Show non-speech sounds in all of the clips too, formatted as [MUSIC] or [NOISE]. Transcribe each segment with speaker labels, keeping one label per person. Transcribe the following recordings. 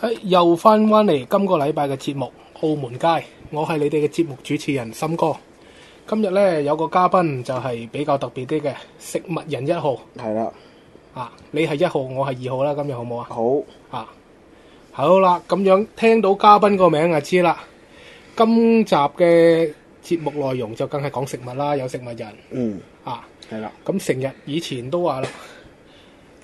Speaker 1: 诶，哎又翻翻嚟今個禮拜嘅節目《澳門街》，我係你哋嘅節目主持人森哥。今日咧有個嘉賓就係比較特別啲嘅食物人一號
Speaker 2: 係啦，
Speaker 1: 啊，你係一號，我係二號啦，今日好唔好啊？
Speaker 2: 好，
Speaker 1: 啊，好啦，咁樣聽到嘉賓個名就知啦。今集嘅節目內容就梗係講食物啦，有食物人
Speaker 2: 嗯，
Speaker 1: 啊。
Speaker 2: 係啦，
Speaker 1: 咁成日以前都話啦，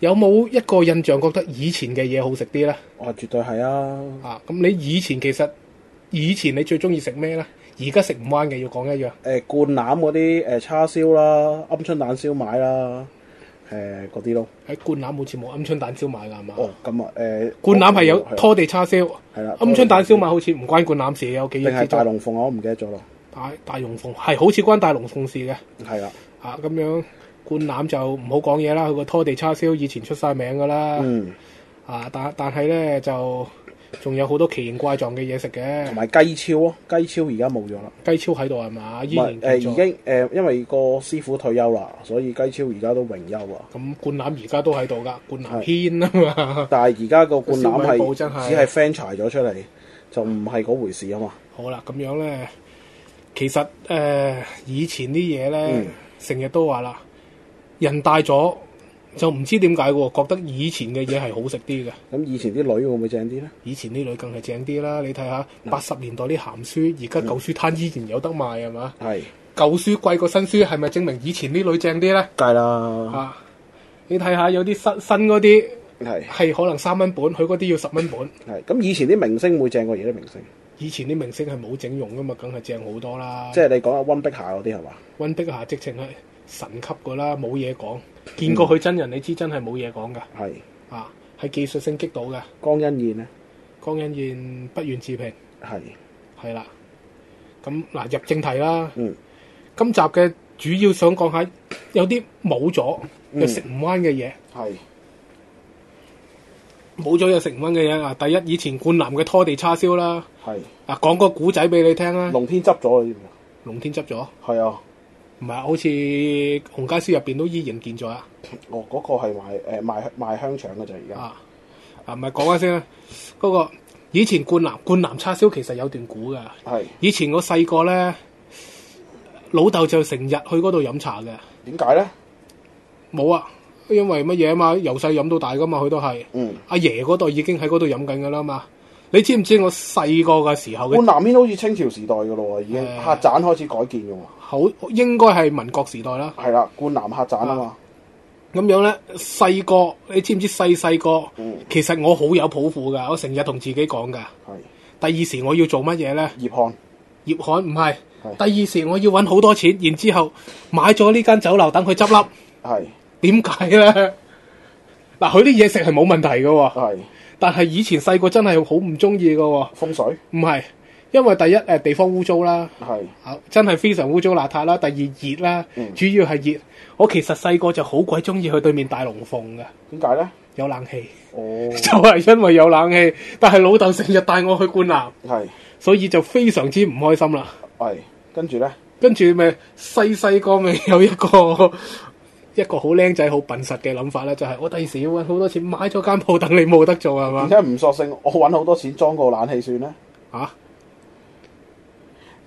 Speaker 1: 有冇一個印象覺得以前嘅嘢好食啲咧？
Speaker 2: 我絕對係啊，
Speaker 1: 啊，咁你以前其實以前你最中意食咩咧？而家食唔翻嘅要講一樣，
Speaker 2: 誒、灌攬嗰啲誒叉燒啦，鵪鶉蛋燒賣啦，誒嗰啲咯，
Speaker 1: 喺灌籃好似冇鵪鶉蛋燒賣㗎係嘛？
Speaker 2: 哦，咁啊，誒、
Speaker 1: 灌籃係有
Speaker 2: 係啦啊
Speaker 1: 拖地叉燒，
Speaker 2: 係啦，
Speaker 1: 鵪鶉蛋燒賣好似唔關灌籃事嘅，有記
Speaker 2: 定
Speaker 1: 憶
Speaker 2: 係
Speaker 1: 之
Speaker 2: 大
Speaker 1: 中。
Speaker 2: 龍鳳啊，我唔記得咗咯，
Speaker 1: 大啊大龍鳳係好似關大龍鳳事嘅，
Speaker 2: 係啦，
Speaker 1: 啊咁樣灌籃就唔好講嘢啦，佢個拖地叉燒以前出晒名㗎啦，
Speaker 2: 嗯，
Speaker 1: 啊但但係咧就仲有好多奇形怪狀嘅嘢食嘅
Speaker 2: 同，埋雞超啊，雞超而家冇咗啦，
Speaker 1: 雞超喺度係嘛？依
Speaker 2: 唔係
Speaker 1: 然
Speaker 2: 誒已
Speaker 1: 叫
Speaker 2: 經
Speaker 1: 做
Speaker 2: 誒、因為個師傅退休啦，所以雞超而家都榮休啊。
Speaker 1: 咁灌籃而家都喺度㗎，灌籃軒啊嘛。
Speaker 2: 但係而家個灌
Speaker 1: 個
Speaker 2: 籃
Speaker 1: 小米堡
Speaker 2: 係
Speaker 1: 真係
Speaker 2: 只係 franchise 咗出嚟，就唔係嗰回事啊嘛。
Speaker 1: 好啦，咁樣咧，其實誒、呃以前啲嘢咧
Speaker 2: 嗯，
Speaker 1: 成日、都話啦，人大咗就唔知點解喎，覺得以前嘅嘢係好食啲嘅。
Speaker 2: 咁以前啲女會唔會正啲咧？
Speaker 1: 以前啲女更係正啲啦，你睇下八十年代啲鹹書，而家舊書攤依然有得賣係嘛？
Speaker 2: 係，
Speaker 1: 舊書貴過新書，係咪證明以前啲女正啲咧？
Speaker 2: 梗係啦，
Speaker 1: 啊，你睇下有啲新新嗰啲
Speaker 2: 係。
Speaker 1: 係可能三蚊本，佢嗰啲要十蚊本。
Speaker 2: 係咁以前啲明星會正過而家啲明星，
Speaker 1: 以前啲明星係冇整容噶嘛，梗係正好多啦。
Speaker 2: 即係你講阿温碧霞嗰啲係嘛？
Speaker 1: 温碧霞直情係神級噶啦，冇嘢講。見過佢真人，你知真係冇嘢講噶。
Speaker 2: 係
Speaker 1: 啊，係技術性擊倒嘅。
Speaker 2: 江欣燕咧，
Speaker 1: 江欣燕不願置評，
Speaker 2: 係
Speaker 1: 係啦。咁嗱，入正題啦。
Speaker 2: 嗯
Speaker 1: 今集嘅主要想講下有啲冇咗又食唔彎嘅嘢，
Speaker 2: 係
Speaker 1: 冇咗又食唔彎嘅嘢啊！第一，以前灌南嘅拖地叉燒啦，
Speaker 2: 係
Speaker 1: 啊講個古仔俾你聽啦。
Speaker 2: 龍天執咗你知唔知啊？
Speaker 1: 龍天執咗，
Speaker 2: 係啊，
Speaker 1: 唔係好似紅家書入邊都依然見咗啊！
Speaker 2: 哦嗰、個係賣誒賣賣香腸嘅就而家，
Speaker 1: 啊啊，唔係講翻先啦。嗰、個以前灌南灌南叉燒其實有段古噶。
Speaker 2: 係
Speaker 1: 以前我細個咧，老豆就成日去嗰度飲茶嘅。
Speaker 2: 點解咧？
Speaker 1: 冇啊，因為乜嘢啊嘛，由細飲到大噶嘛，佢都係
Speaker 2: 嗯，
Speaker 1: 阿爺嗰代已經喺嗰度飲緊噶啦嘛。你知唔知我細個嘅時候
Speaker 2: 灌
Speaker 1: 嘅
Speaker 2: 南軒好似清朝時代嘅咯喎，已經
Speaker 1: 誒
Speaker 2: 客棧開始改建嘅喎，
Speaker 1: 好應該係民國時代啦。
Speaker 2: 係啦，灌南客棧啊嘛，
Speaker 1: 咁樣咧，細個你知唔知細細個
Speaker 2: 嗯
Speaker 1: 其實我好有抱負噶，我成日同自己講噶。
Speaker 2: 係
Speaker 1: 第二時我要做乜嘢咧？
Speaker 2: 葉漢
Speaker 1: 葉漢唔係，
Speaker 2: 係
Speaker 1: 第二時我要揾好多錢，然之後買咗呢間酒樓等佢
Speaker 2: [LAUGHS]
Speaker 1: 執
Speaker 2: 係
Speaker 1: 笠，點解咧？嗱，佢啲嘢食係冇問題嘅喎，
Speaker 2: 係
Speaker 1: 但係以前細個真係好唔中意嘅喎，
Speaker 2: 風水
Speaker 1: 唔係，因為第一誒、呃地方污糟啦，
Speaker 2: 係
Speaker 1: 啊真係非常污糟邋遢啦。第二熱啦，
Speaker 2: 嗯
Speaker 1: 主要係熱。我其實細個就好鬼中意去對面大龍鳳嘅，
Speaker 2: 點解咧？
Speaker 1: 有冷氣， [LAUGHS]
Speaker 2: 哦，
Speaker 1: 就係因為有冷氣。但係老豆成日帶我去灌南，
Speaker 2: 係
Speaker 1: 所以就非常之唔開心啦。
Speaker 2: 係跟住咧
Speaker 1: 跟住咪細細個咪有一個 [LAUGHS] 一個好僆仔好笨實嘅諗法咧，就係、我第時要揾好多錢買咗間鋪，等你冇得做係
Speaker 2: 點
Speaker 1: 嘛？
Speaker 2: 解唔索性我揾好多錢裝個冷氣算咧？
Speaker 1: 嚇！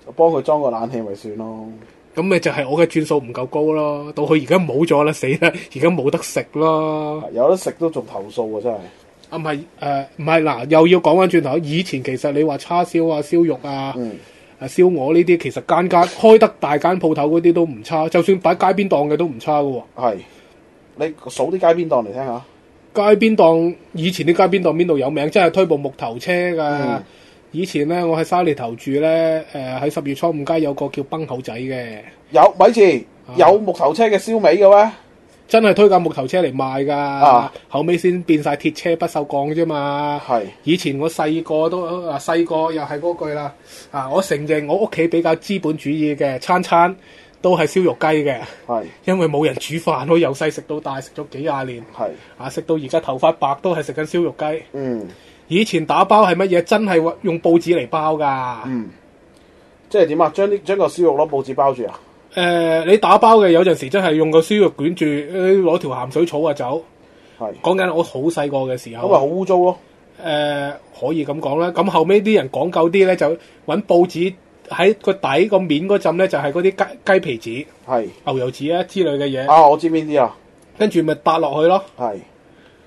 Speaker 2: 就幫佢裝個冷氣咪算咯。
Speaker 1: 咁咪就係我嘅轉數唔夠高咯，到佢而家冇咗啦，死啦！而家冇得食咯，
Speaker 2: 有得食都仲投訴啊！真係
Speaker 1: 啊，唔係誒，唔係嗱，又要講翻轉頭，以前其實你話叉燒啊、燒肉啊、
Speaker 2: 嗯
Speaker 1: 啊燒鵝呢啲，其實間間開得大間鋪頭嗰啲都唔差，就算擺街邊檔嘅都唔差嘅喎。
Speaker 2: 係你數啲街邊檔嚟聽下，
Speaker 1: 街邊檔以前啲街邊檔邊度有名？真係推部木頭車㗎。
Speaker 2: 嗯
Speaker 1: 以前咧，我喺沙梨頭住咧，誒喺十月初五街有個叫崩口仔嘅，
Speaker 2: 有咪住有木頭車嘅燒味嘅咩？
Speaker 1: 真係推架木頭車嚟賣㗎。
Speaker 2: 啊
Speaker 1: 後尾先變晒鐵車不鏽鋼啫嘛。
Speaker 2: 係
Speaker 1: 以前我細個都啊細個又係嗰句啦，啊我承認我屋企比較資本主義嘅，餐餐都係燒肉雞嘅，
Speaker 2: 係
Speaker 1: 因為冇人煮飯，我由細食到大，食咗幾廿年，
Speaker 2: 係
Speaker 1: 啊食到而家頭髮白都係食緊燒肉雞。
Speaker 2: 嗯
Speaker 1: 以前打包係乜嘢？真係用報紙嚟包㗎。誒、
Speaker 2: 嗯，即係點啊？將啲將個燒肉攞報紙包住啊？
Speaker 1: 你打包嘅有陣時真係用個燒肉捲住，誒攞條鹹水草啊走。
Speaker 2: 係
Speaker 1: 講緊我好細個嘅時
Speaker 2: 咁啊咪好
Speaker 1: 候，誒、
Speaker 2: 污糟咯，
Speaker 1: 可以咁講啦。咁後尾啲人講究啲咧，就揾報紙喺個底個面嗰陣咧，就係嗰啲雞雞皮紙、
Speaker 2: 係
Speaker 1: 牛油紙啊之類嘅嘢，
Speaker 2: 啊！我知邊啲啊？
Speaker 1: 跟住咪搭落去咯。
Speaker 2: 係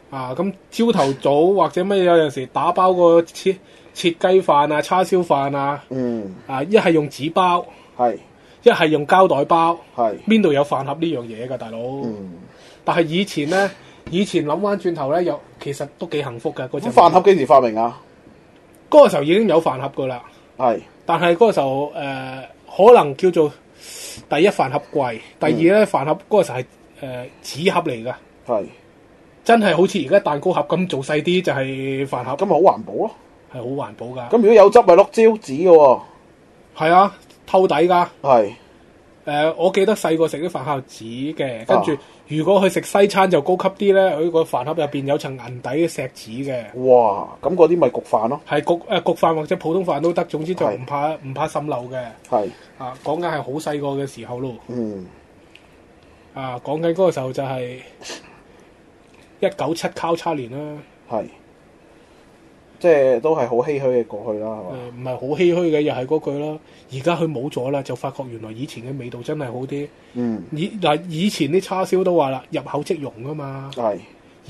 Speaker 1: 啊，咁朝頭早或者乜嘢有陣時打包個切切雞飯啊、叉燒飯啊，
Speaker 2: 嗯
Speaker 1: 啊一係用紙包，
Speaker 2: 係
Speaker 1: 一係用膠袋包。
Speaker 2: 係
Speaker 1: 邊度有飯盒呢樣嘢㗎，大佬？
Speaker 2: 嗯。
Speaker 1: 但係以前呢，以前諗翻轉頭呢，有其實都幾幸福㗎嗰
Speaker 2: 咁
Speaker 1: 陣。
Speaker 2: 飯盒幾時發明啊？
Speaker 1: 嗰個時候已經有飯盒㗎啦，
Speaker 2: 係
Speaker 1: 但係嗰個時候誒、呃可能叫做第一飯盒貴，第
Speaker 2: 嗯
Speaker 1: 二呢，飯盒嗰個時候係誒、呃、紙盒嚟㗎，
Speaker 2: 係
Speaker 1: 真係好似而家蛋糕盒咁做細啲就係飯盒，
Speaker 2: 咁咪好環保咯。
Speaker 1: 係好環保㗎。
Speaker 2: 咁如果有汁咪碌蕉紙嘅喎，
Speaker 1: 係啊，透底㗎。
Speaker 2: 係
Speaker 1: 誒、我記得細個食啲飯盒紙嘅，跟住
Speaker 2: 啊
Speaker 1: 如果去食西餐就高級啲呢，佢個飯盒入邊有層銀底嘅石紙嘅。
Speaker 2: 哇！咁嗰啲咪焗飯咯，
Speaker 1: 係焗呃誒焗飯或者普通飯都得，總之就
Speaker 2: 係
Speaker 1: 唔怕唔怕滲漏嘅。
Speaker 2: 係
Speaker 1: 啊，講緊係好細個嘅時候咯。
Speaker 2: 嗯
Speaker 1: 啊，講緊嗰個時候就係一九七交叉年啦。
Speaker 2: 係，即係都係好唏噓嘅過去啦，係
Speaker 1: 誒
Speaker 2: 嘛？
Speaker 1: 唔係好唏噓嘅，又係嗰句啦。而家佢冇咗啦，就發覺原來以前嘅味道真係好啲。
Speaker 2: 嗯
Speaker 1: 以嗱以前啲叉燒都話啦，入口即溶噶嘛。
Speaker 2: 係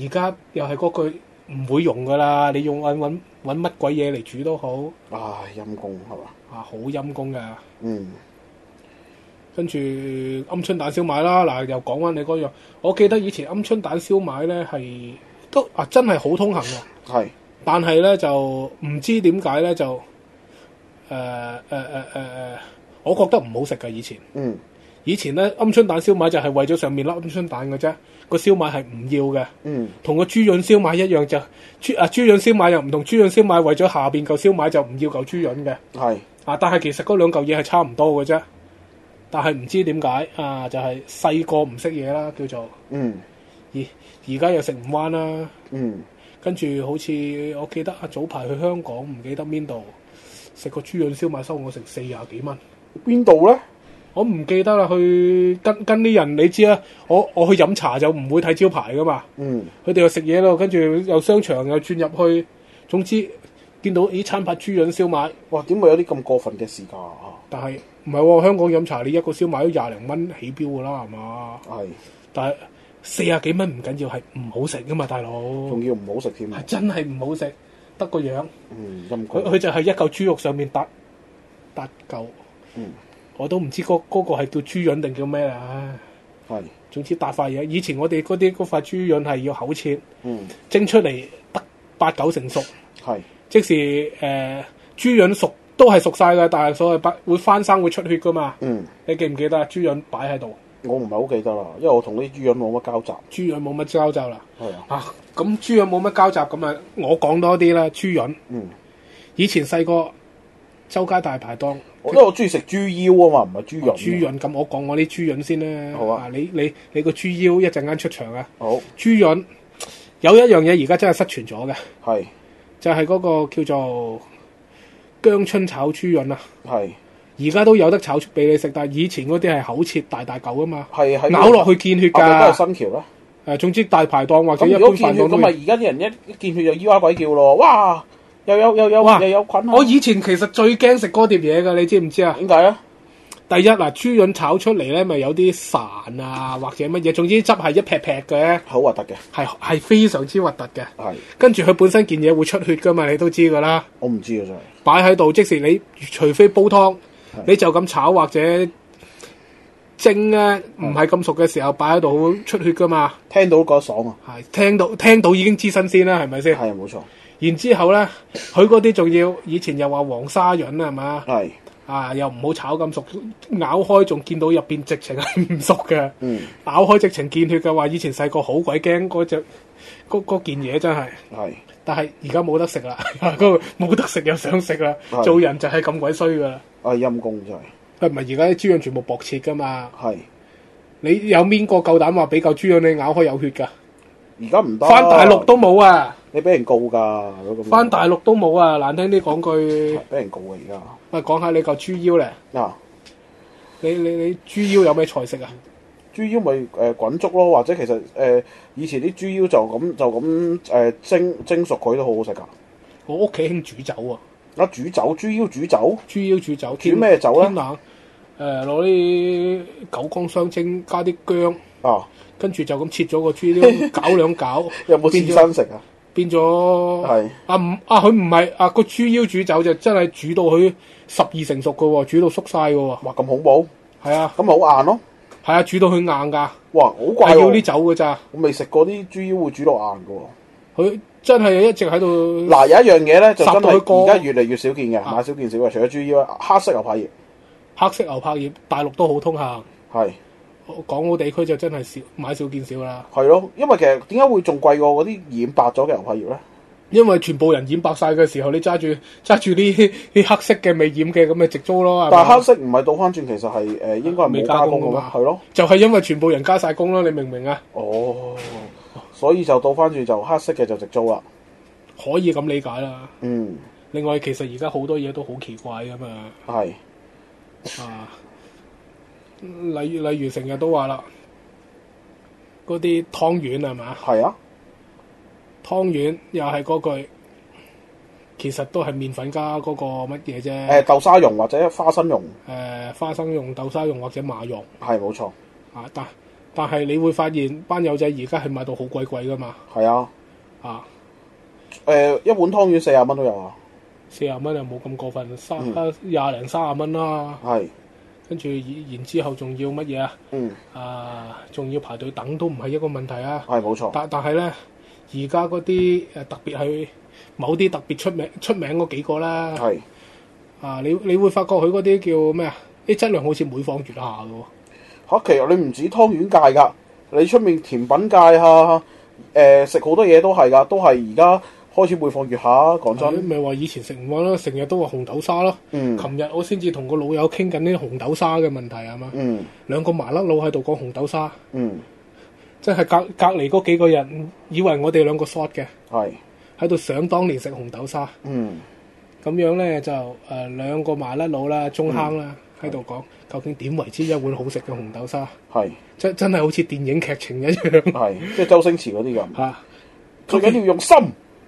Speaker 1: 而家又係嗰句唔會溶噶啦，你用揾揾揾乜鬼嘢嚟煮都好
Speaker 2: 唉陰公係嘛？
Speaker 1: 啊，好陰功㗎。
Speaker 2: 嗯
Speaker 1: 跟住嗯鵪鶉蛋燒賣啦，嗱又講翻你嗰樣，我記得以前鵪鶉蛋燒賣咧係都啊真係好通行嘅，
Speaker 2: 係
Speaker 1: 但係咧就唔知點解咧就呃誒誒誒誒誒，我覺得唔好食嘅以前。
Speaker 2: 嗯
Speaker 1: 以前咧鵪鶉蛋燒賣就係為咗上面粒鵪鶉蛋嘅啫，個燒賣係唔要嘅，
Speaker 2: 嗯
Speaker 1: 同個豬潤燒賣一樣就豬啊豬潤燒賣又唔同，豬潤燒賣為咗下邊嚿燒賣就唔要嚿豬潤嘅。
Speaker 2: 係
Speaker 1: 啊，但係其實嗰兩嚿嘢係差唔多嘅啫，但係唔知點解啊，就係細個唔識嘢啦，叫做
Speaker 2: 嗯
Speaker 1: 而而家又食唔彎啦，
Speaker 2: 嗯
Speaker 1: 跟住好似我記得啊，早排去香港唔記得邊度食個豬潤燒賣收我成四廿幾蚊，
Speaker 2: 邊度咧？
Speaker 1: 我唔記得啦，去跟跟啲人你知啦，我我去飲茶就唔會睇招牌噶嘛，
Speaker 2: 嗯
Speaker 1: 佢哋又食嘢咯，跟住又商場又轉入去，總之見到咦餐牌豬潤燒賣。
Speaker 2: 哇！點會有啲咁過分嘅事㗎？啊
Speaker 1: 但係唔係喎？香港飲茶你一個燒賣都廿零蚊起標㗎啦，係嘛？
Speaker 2: 係
Speaker 1: 但係四廿幾蚊唔緊要，係唔好食噶嘛，大佬
Speaker 2: 仲要唔好食添
Speaker 1: 係真係唔好食，得個樣。
Speaker 2: 嗯陰
Speaker 1: 佢
Speaker 2: 公
Speaker 1: 佢就係一嚿豬肉上面搭搭嚿，
Speaker 2: 嗯
Speaker 1: 我都唔知嗰嗰、個係叫豬潤定叫咩啦。
Speaker 2: 係
Speaker 1: 總之搭塊嘢，以前我哋嗰啲嗰塊豬潤係要口切，
Speaker 2: 嗯
Speaker 1: 蒸出嚟得八九成熟，
Speaker 2: 係
Speaker 1: 即是誒、呃、豬潤熟都係熟晒㗎，但係所謂不會翻生會出血噶嘛。
Speaker 2: 嗯。
Speaker 1: 你記唔記得啊？豬潤擺喺度，
Speaker 2: 我唔係好記得啦，因為我同呢啲豬潤冇乜交集。
Speaker 1: 豬潤冇乜交集啦。
Speaker 2: 係啊，
Speaker 1: 啊，咁豬潤冇乜交集，咁啊，我講多啲啦。豬潤
Speaker 2: 嗯，
Speaker 1: 以前細個周街大排檔，
Speaker 2: 我因為我中意食豬腰啊嘛，唔係豬潤。
Speaker 1: 哦豬潤咁，我講我啲豬潤先啦。
Speaker 2: 好啊
Speaker 1: 你你你個豬腰一陣間出場啊！
Speaker 2: 好
Speaker 1: 豬潤有一樣嘢而家真係失傳咗嘅，
Speaker 2: 係
Speaker 1: 就係、嗰個叫做姜春炒豬潤啊。
Speaker 2: 係
Speaker 1: 而家都有得炒俾你食，但係以前嗰啲係口切大大嚿啊嘛，
Speaker 2: 係喺
Speaker 1: 咬落去見血
Speaker 2: 啊咪都係
Speaker 1: 㗎。
Speaker 2: 新橋啦。
Speaker 1: 誒，總之大排檔或者
Speaker 2: 咁
Speaker 1: 一
Speaker 2: 如
Speaker 1: 般
Speaker 2: 果見
Speaker 1: 飯
Speaker 2: 血
Speaker 1: 檔
Speaker 2: 咁
Speaker 1: 都
Speaker 2: 咪
Speaker 1: 有
Speaker 2: 而家啲人一一見血就咿哇鬼叫咯，哇！又有又有
Speaker 1: 哇
Speaker 2: 又有菌啊！
Speaker 1: 我以前其實最驚食嗰碟嘢㗎，你知唔知啊？
Speaker 2: 點解咧？
Speaker 1: 第一嗱，豬潤炒出嚟咧，咪有啲潺啊，或者乜嘢，總之汁係一劈劈嘅，
Speaker 2: 好核突嘅，
Speaker 1: 係係非常之核突嘅。
Speaker 2: 係
Speaker 1: 跟住佢本身件嘢會出血噶嘛，你都知噶啦。
Speaker 2: 我唔知啊嘅真係。
Speaker 1: 擺喺度，即使你除非煲湯，你就咁炒或者蒸咧，唔係咁熟嘅時候擺喺度會出血噶嘛。
Speaker 2: 聽到都覺得爽啊！
Speaker 1: 係聽到聽到已經知新鮮啦，係咪先？
Speaker 2: 係啊冇錯，
Speaker 1: 然之後咧，佢嗰啲仲要以前又話黃沙潤啦，係嘛？
Speaker 2: 係
Speaker 1: 啊，又唔好炒咁熟，咬開仲見到入邊直情係唔熟嘅， [LAUGHS]
Speaker 2: 嗯
Speaker 1: 咬開直情見血嘅話，以前細個好鬼驚嗰只嗰嗰件嘢真係，
Speaker 2: 係
Speaker 1: 但係而家冇得食啦， [LAUGHS] 嗰個冇得食又想食啦，
Speaker 2: 係
Speaker 1: 做人就係咁鬼衰噶啦。
Speaker 2: 啊陰公真係
Speaker 1: 佢唔係而家啲豬潤全部薄切噶嘛？
Speaker 2: 係
Speaker 1: 你有邊個夠膽話俾嚿豬潤你咬開有血㗎？
Speaker 2: 而家唔得，嗯
Speaker 1: 翻大陸都冇啊！
Speaker 2: 你俾人告㗎，如果咁
Speaker 1: 翻大陸都冇啊！難聽啲講句，
Speaker 2: 俾人告啊！而
Speaker 1: 咪講下你嚿豬腰咧？
Speaker 2: 家嗱
Speaker 1: 你你你豬腰有咩菜式啊？
Speaker 2: 豬腰咪誒滾粥咯，或者其實誒、以前啲豬腰就咁就咁誒、蒸蒸熟佢都好好食㗎。
Speaker 1: 我屋企興煮酒啊！
Speaker 2: 啊煮酒豬腰煮酒
Speaker 1: 豬腰煮酒，
Speaker 2: 煮咩酒呢啊
Speaker 1: 天冷，誒攞啲九江雙蒸加啲薑，
Speaker 2: 啊，
Speaker 1: 跟住就咁切咗個豬腰，
Speaker 2: [LAUGHS]
Speaker 1: 搞兩搞，
Speaker 2: 有冇刺
Speaker 1: 變咗
Speaker 2: 身食啊？
Speaker 1: 變咗
Speaker 2: 係
Speaker 1: 啊唔啊佢唔係啊個豬腰煮酒就真係煮到佢十二成熟嘅喎，煮到縮晒嘅喎，
Speaker 2: 哇咁恐怖，
Speaker 1: 係啊
Speaker 2: 咁咪好硬咯！
Speaker 1: 係啊，煮到佢硬㗎，
Speaker 2: 哇好怪
Speaker 1: 係要呢
Speaker 2: 喎！
Speaker 1: 酒㗎咋，
Speaker 2: 我未食過啲豬腰會煮到硬㗎喎。
Speaker 1: 佢真係一直喺度
Speaker 2: 嗱有一樣嘢咧就真
Speaker 1: 烚到佢
Speaker 2: 係
Speaker 1: 過
Speaker 2: 而家越嚟越少見嘅，
Speaker 1: 啊
Speaker 2: 買少見少嘅，除咗豬腰，啊黑色牛柏葉
Speaker 1: 黑色牛柏葉，大陸都好通行，
Speaker 2: 係。
Speaker 1: 港澳地區就真係少買少見少啦，
Speaker 2: 係咯，因為其實點解會仲貴過嗰啲染白咗嘅牛柏葉咧？
Speaker 1: 因為全部人染白晒嘅時候，你揸住揸住 [LAUGHS] 啲啲黑色嘅未染嘅咁咪直租咯，係
Speaker 2: 但係黑
Speaker 1: 咪？
Speaker 2: 色唔係倒翻轉，其實係誒、呃、應該係冇
Speaker 1: 未加
Speaker 2: 加工嘅
Speaker 1: 工㗎
Speaker 2: 咩？
Speaker 1: 嘛
Speaker 2: 係咯，
Speaker 1: 就係因為全部人加晒工啦，你明唔明啊？
Speaker 2: 哦，所以就倒翻轉就黑色嘅就直租啦。
Speaker 1: 可以咁理解啦。
Speaker 2: 嗯，
Speaker 1: 另外，其實而家好多嘢都好奇怪噶嘛，
Speaker 2: 係
Speaker 1: 啊，例如例如成日都話啦，嗰啲湯圓係嘛，
Speaker 2: 係啊，
Speaker 1: 湯圓又係嗰句，其實都係麵粉加嗰個乜嘢啫，
Speaker 2: 誒、
Speaker 1: 誒、
Speaker 2: 豆沙蓉或者花生蓉
Speaker 1: 花生蓉、豆沙蓉或者麻蓉
Speaker 2: 係冇錯，
Speaker 1: 啊，但但係你會發現班友仔而家係買到好鬼貴噶嘛。
Speaker 2: 係啊，
Speaker 1: 啊，
Speaker 2: 誒、一碗湯圓四十蚊都有啊，
Speaker 1: 四廿蚊又冇咁過分，三啊
Speaker 2: 嗯
Speaker 1: 廿零三廿蚊啦，
Speaker 2: 係，
Speaker 1: 跟住然然之後仲要乜嘢啊？
Speaker 2: 嗯，
Speaker 1: 啊，仲要排隊等都唔係一個問題啊！
Speaker 2: 係冇錯，
Speaker 1: 但但係咧，而家嗰啲誒特別係某啲特別出名出名嗰幾個啦，
Speaker 2: 係
Speaker 1: 啊，你你會發覺佢嗰啲叫咩啊？啲質量好似每況愈下嘅喎，
Speaker 2: 嚇、其實你唔止湯圓界㗎，你出面甜品界啊，誒、食好多嘢都係㗎，都係而家開始每況愈下啊。講
Speaker 1: 係
Speaker 2: 真，
Speaker 1: 咪話以前食唔慣咯，成日都話紅豆沙咯。
Speaker 2: 嗯
Speaker 1: 琴日我先至同個老友傾緊啲紅豆沙嘅問題係嘛，
Speaker 2: 嗯
Speaker 1: 兩個麻甩佬喺度講紅豆沙。
Speaker 2: 嗯，
Speaker 1: 即係隔隔離嗰幾個人以為我哋兩個 short 嘅，
Speaker 2: 係。
Speaker 1: 喺度想當年食紅豆沙，
Speaker 2: 嗯，
Speaker 1: 咁樣咧就誒、呃、兩個麻甩佬啦、中坑啦喺度講，究竟點為之一碗好食嘅紅豆沙？
Speaker 2: 係
Speaker 1: 真真係好似電影劇情一樣
Speaker 2: [LAUGHS]
Speaker 1: 嚇、
Speaker 2: 係，即係周星馳嗰啲咁。
Speaker 1: 啊
Speaker 2: 最緊要用心，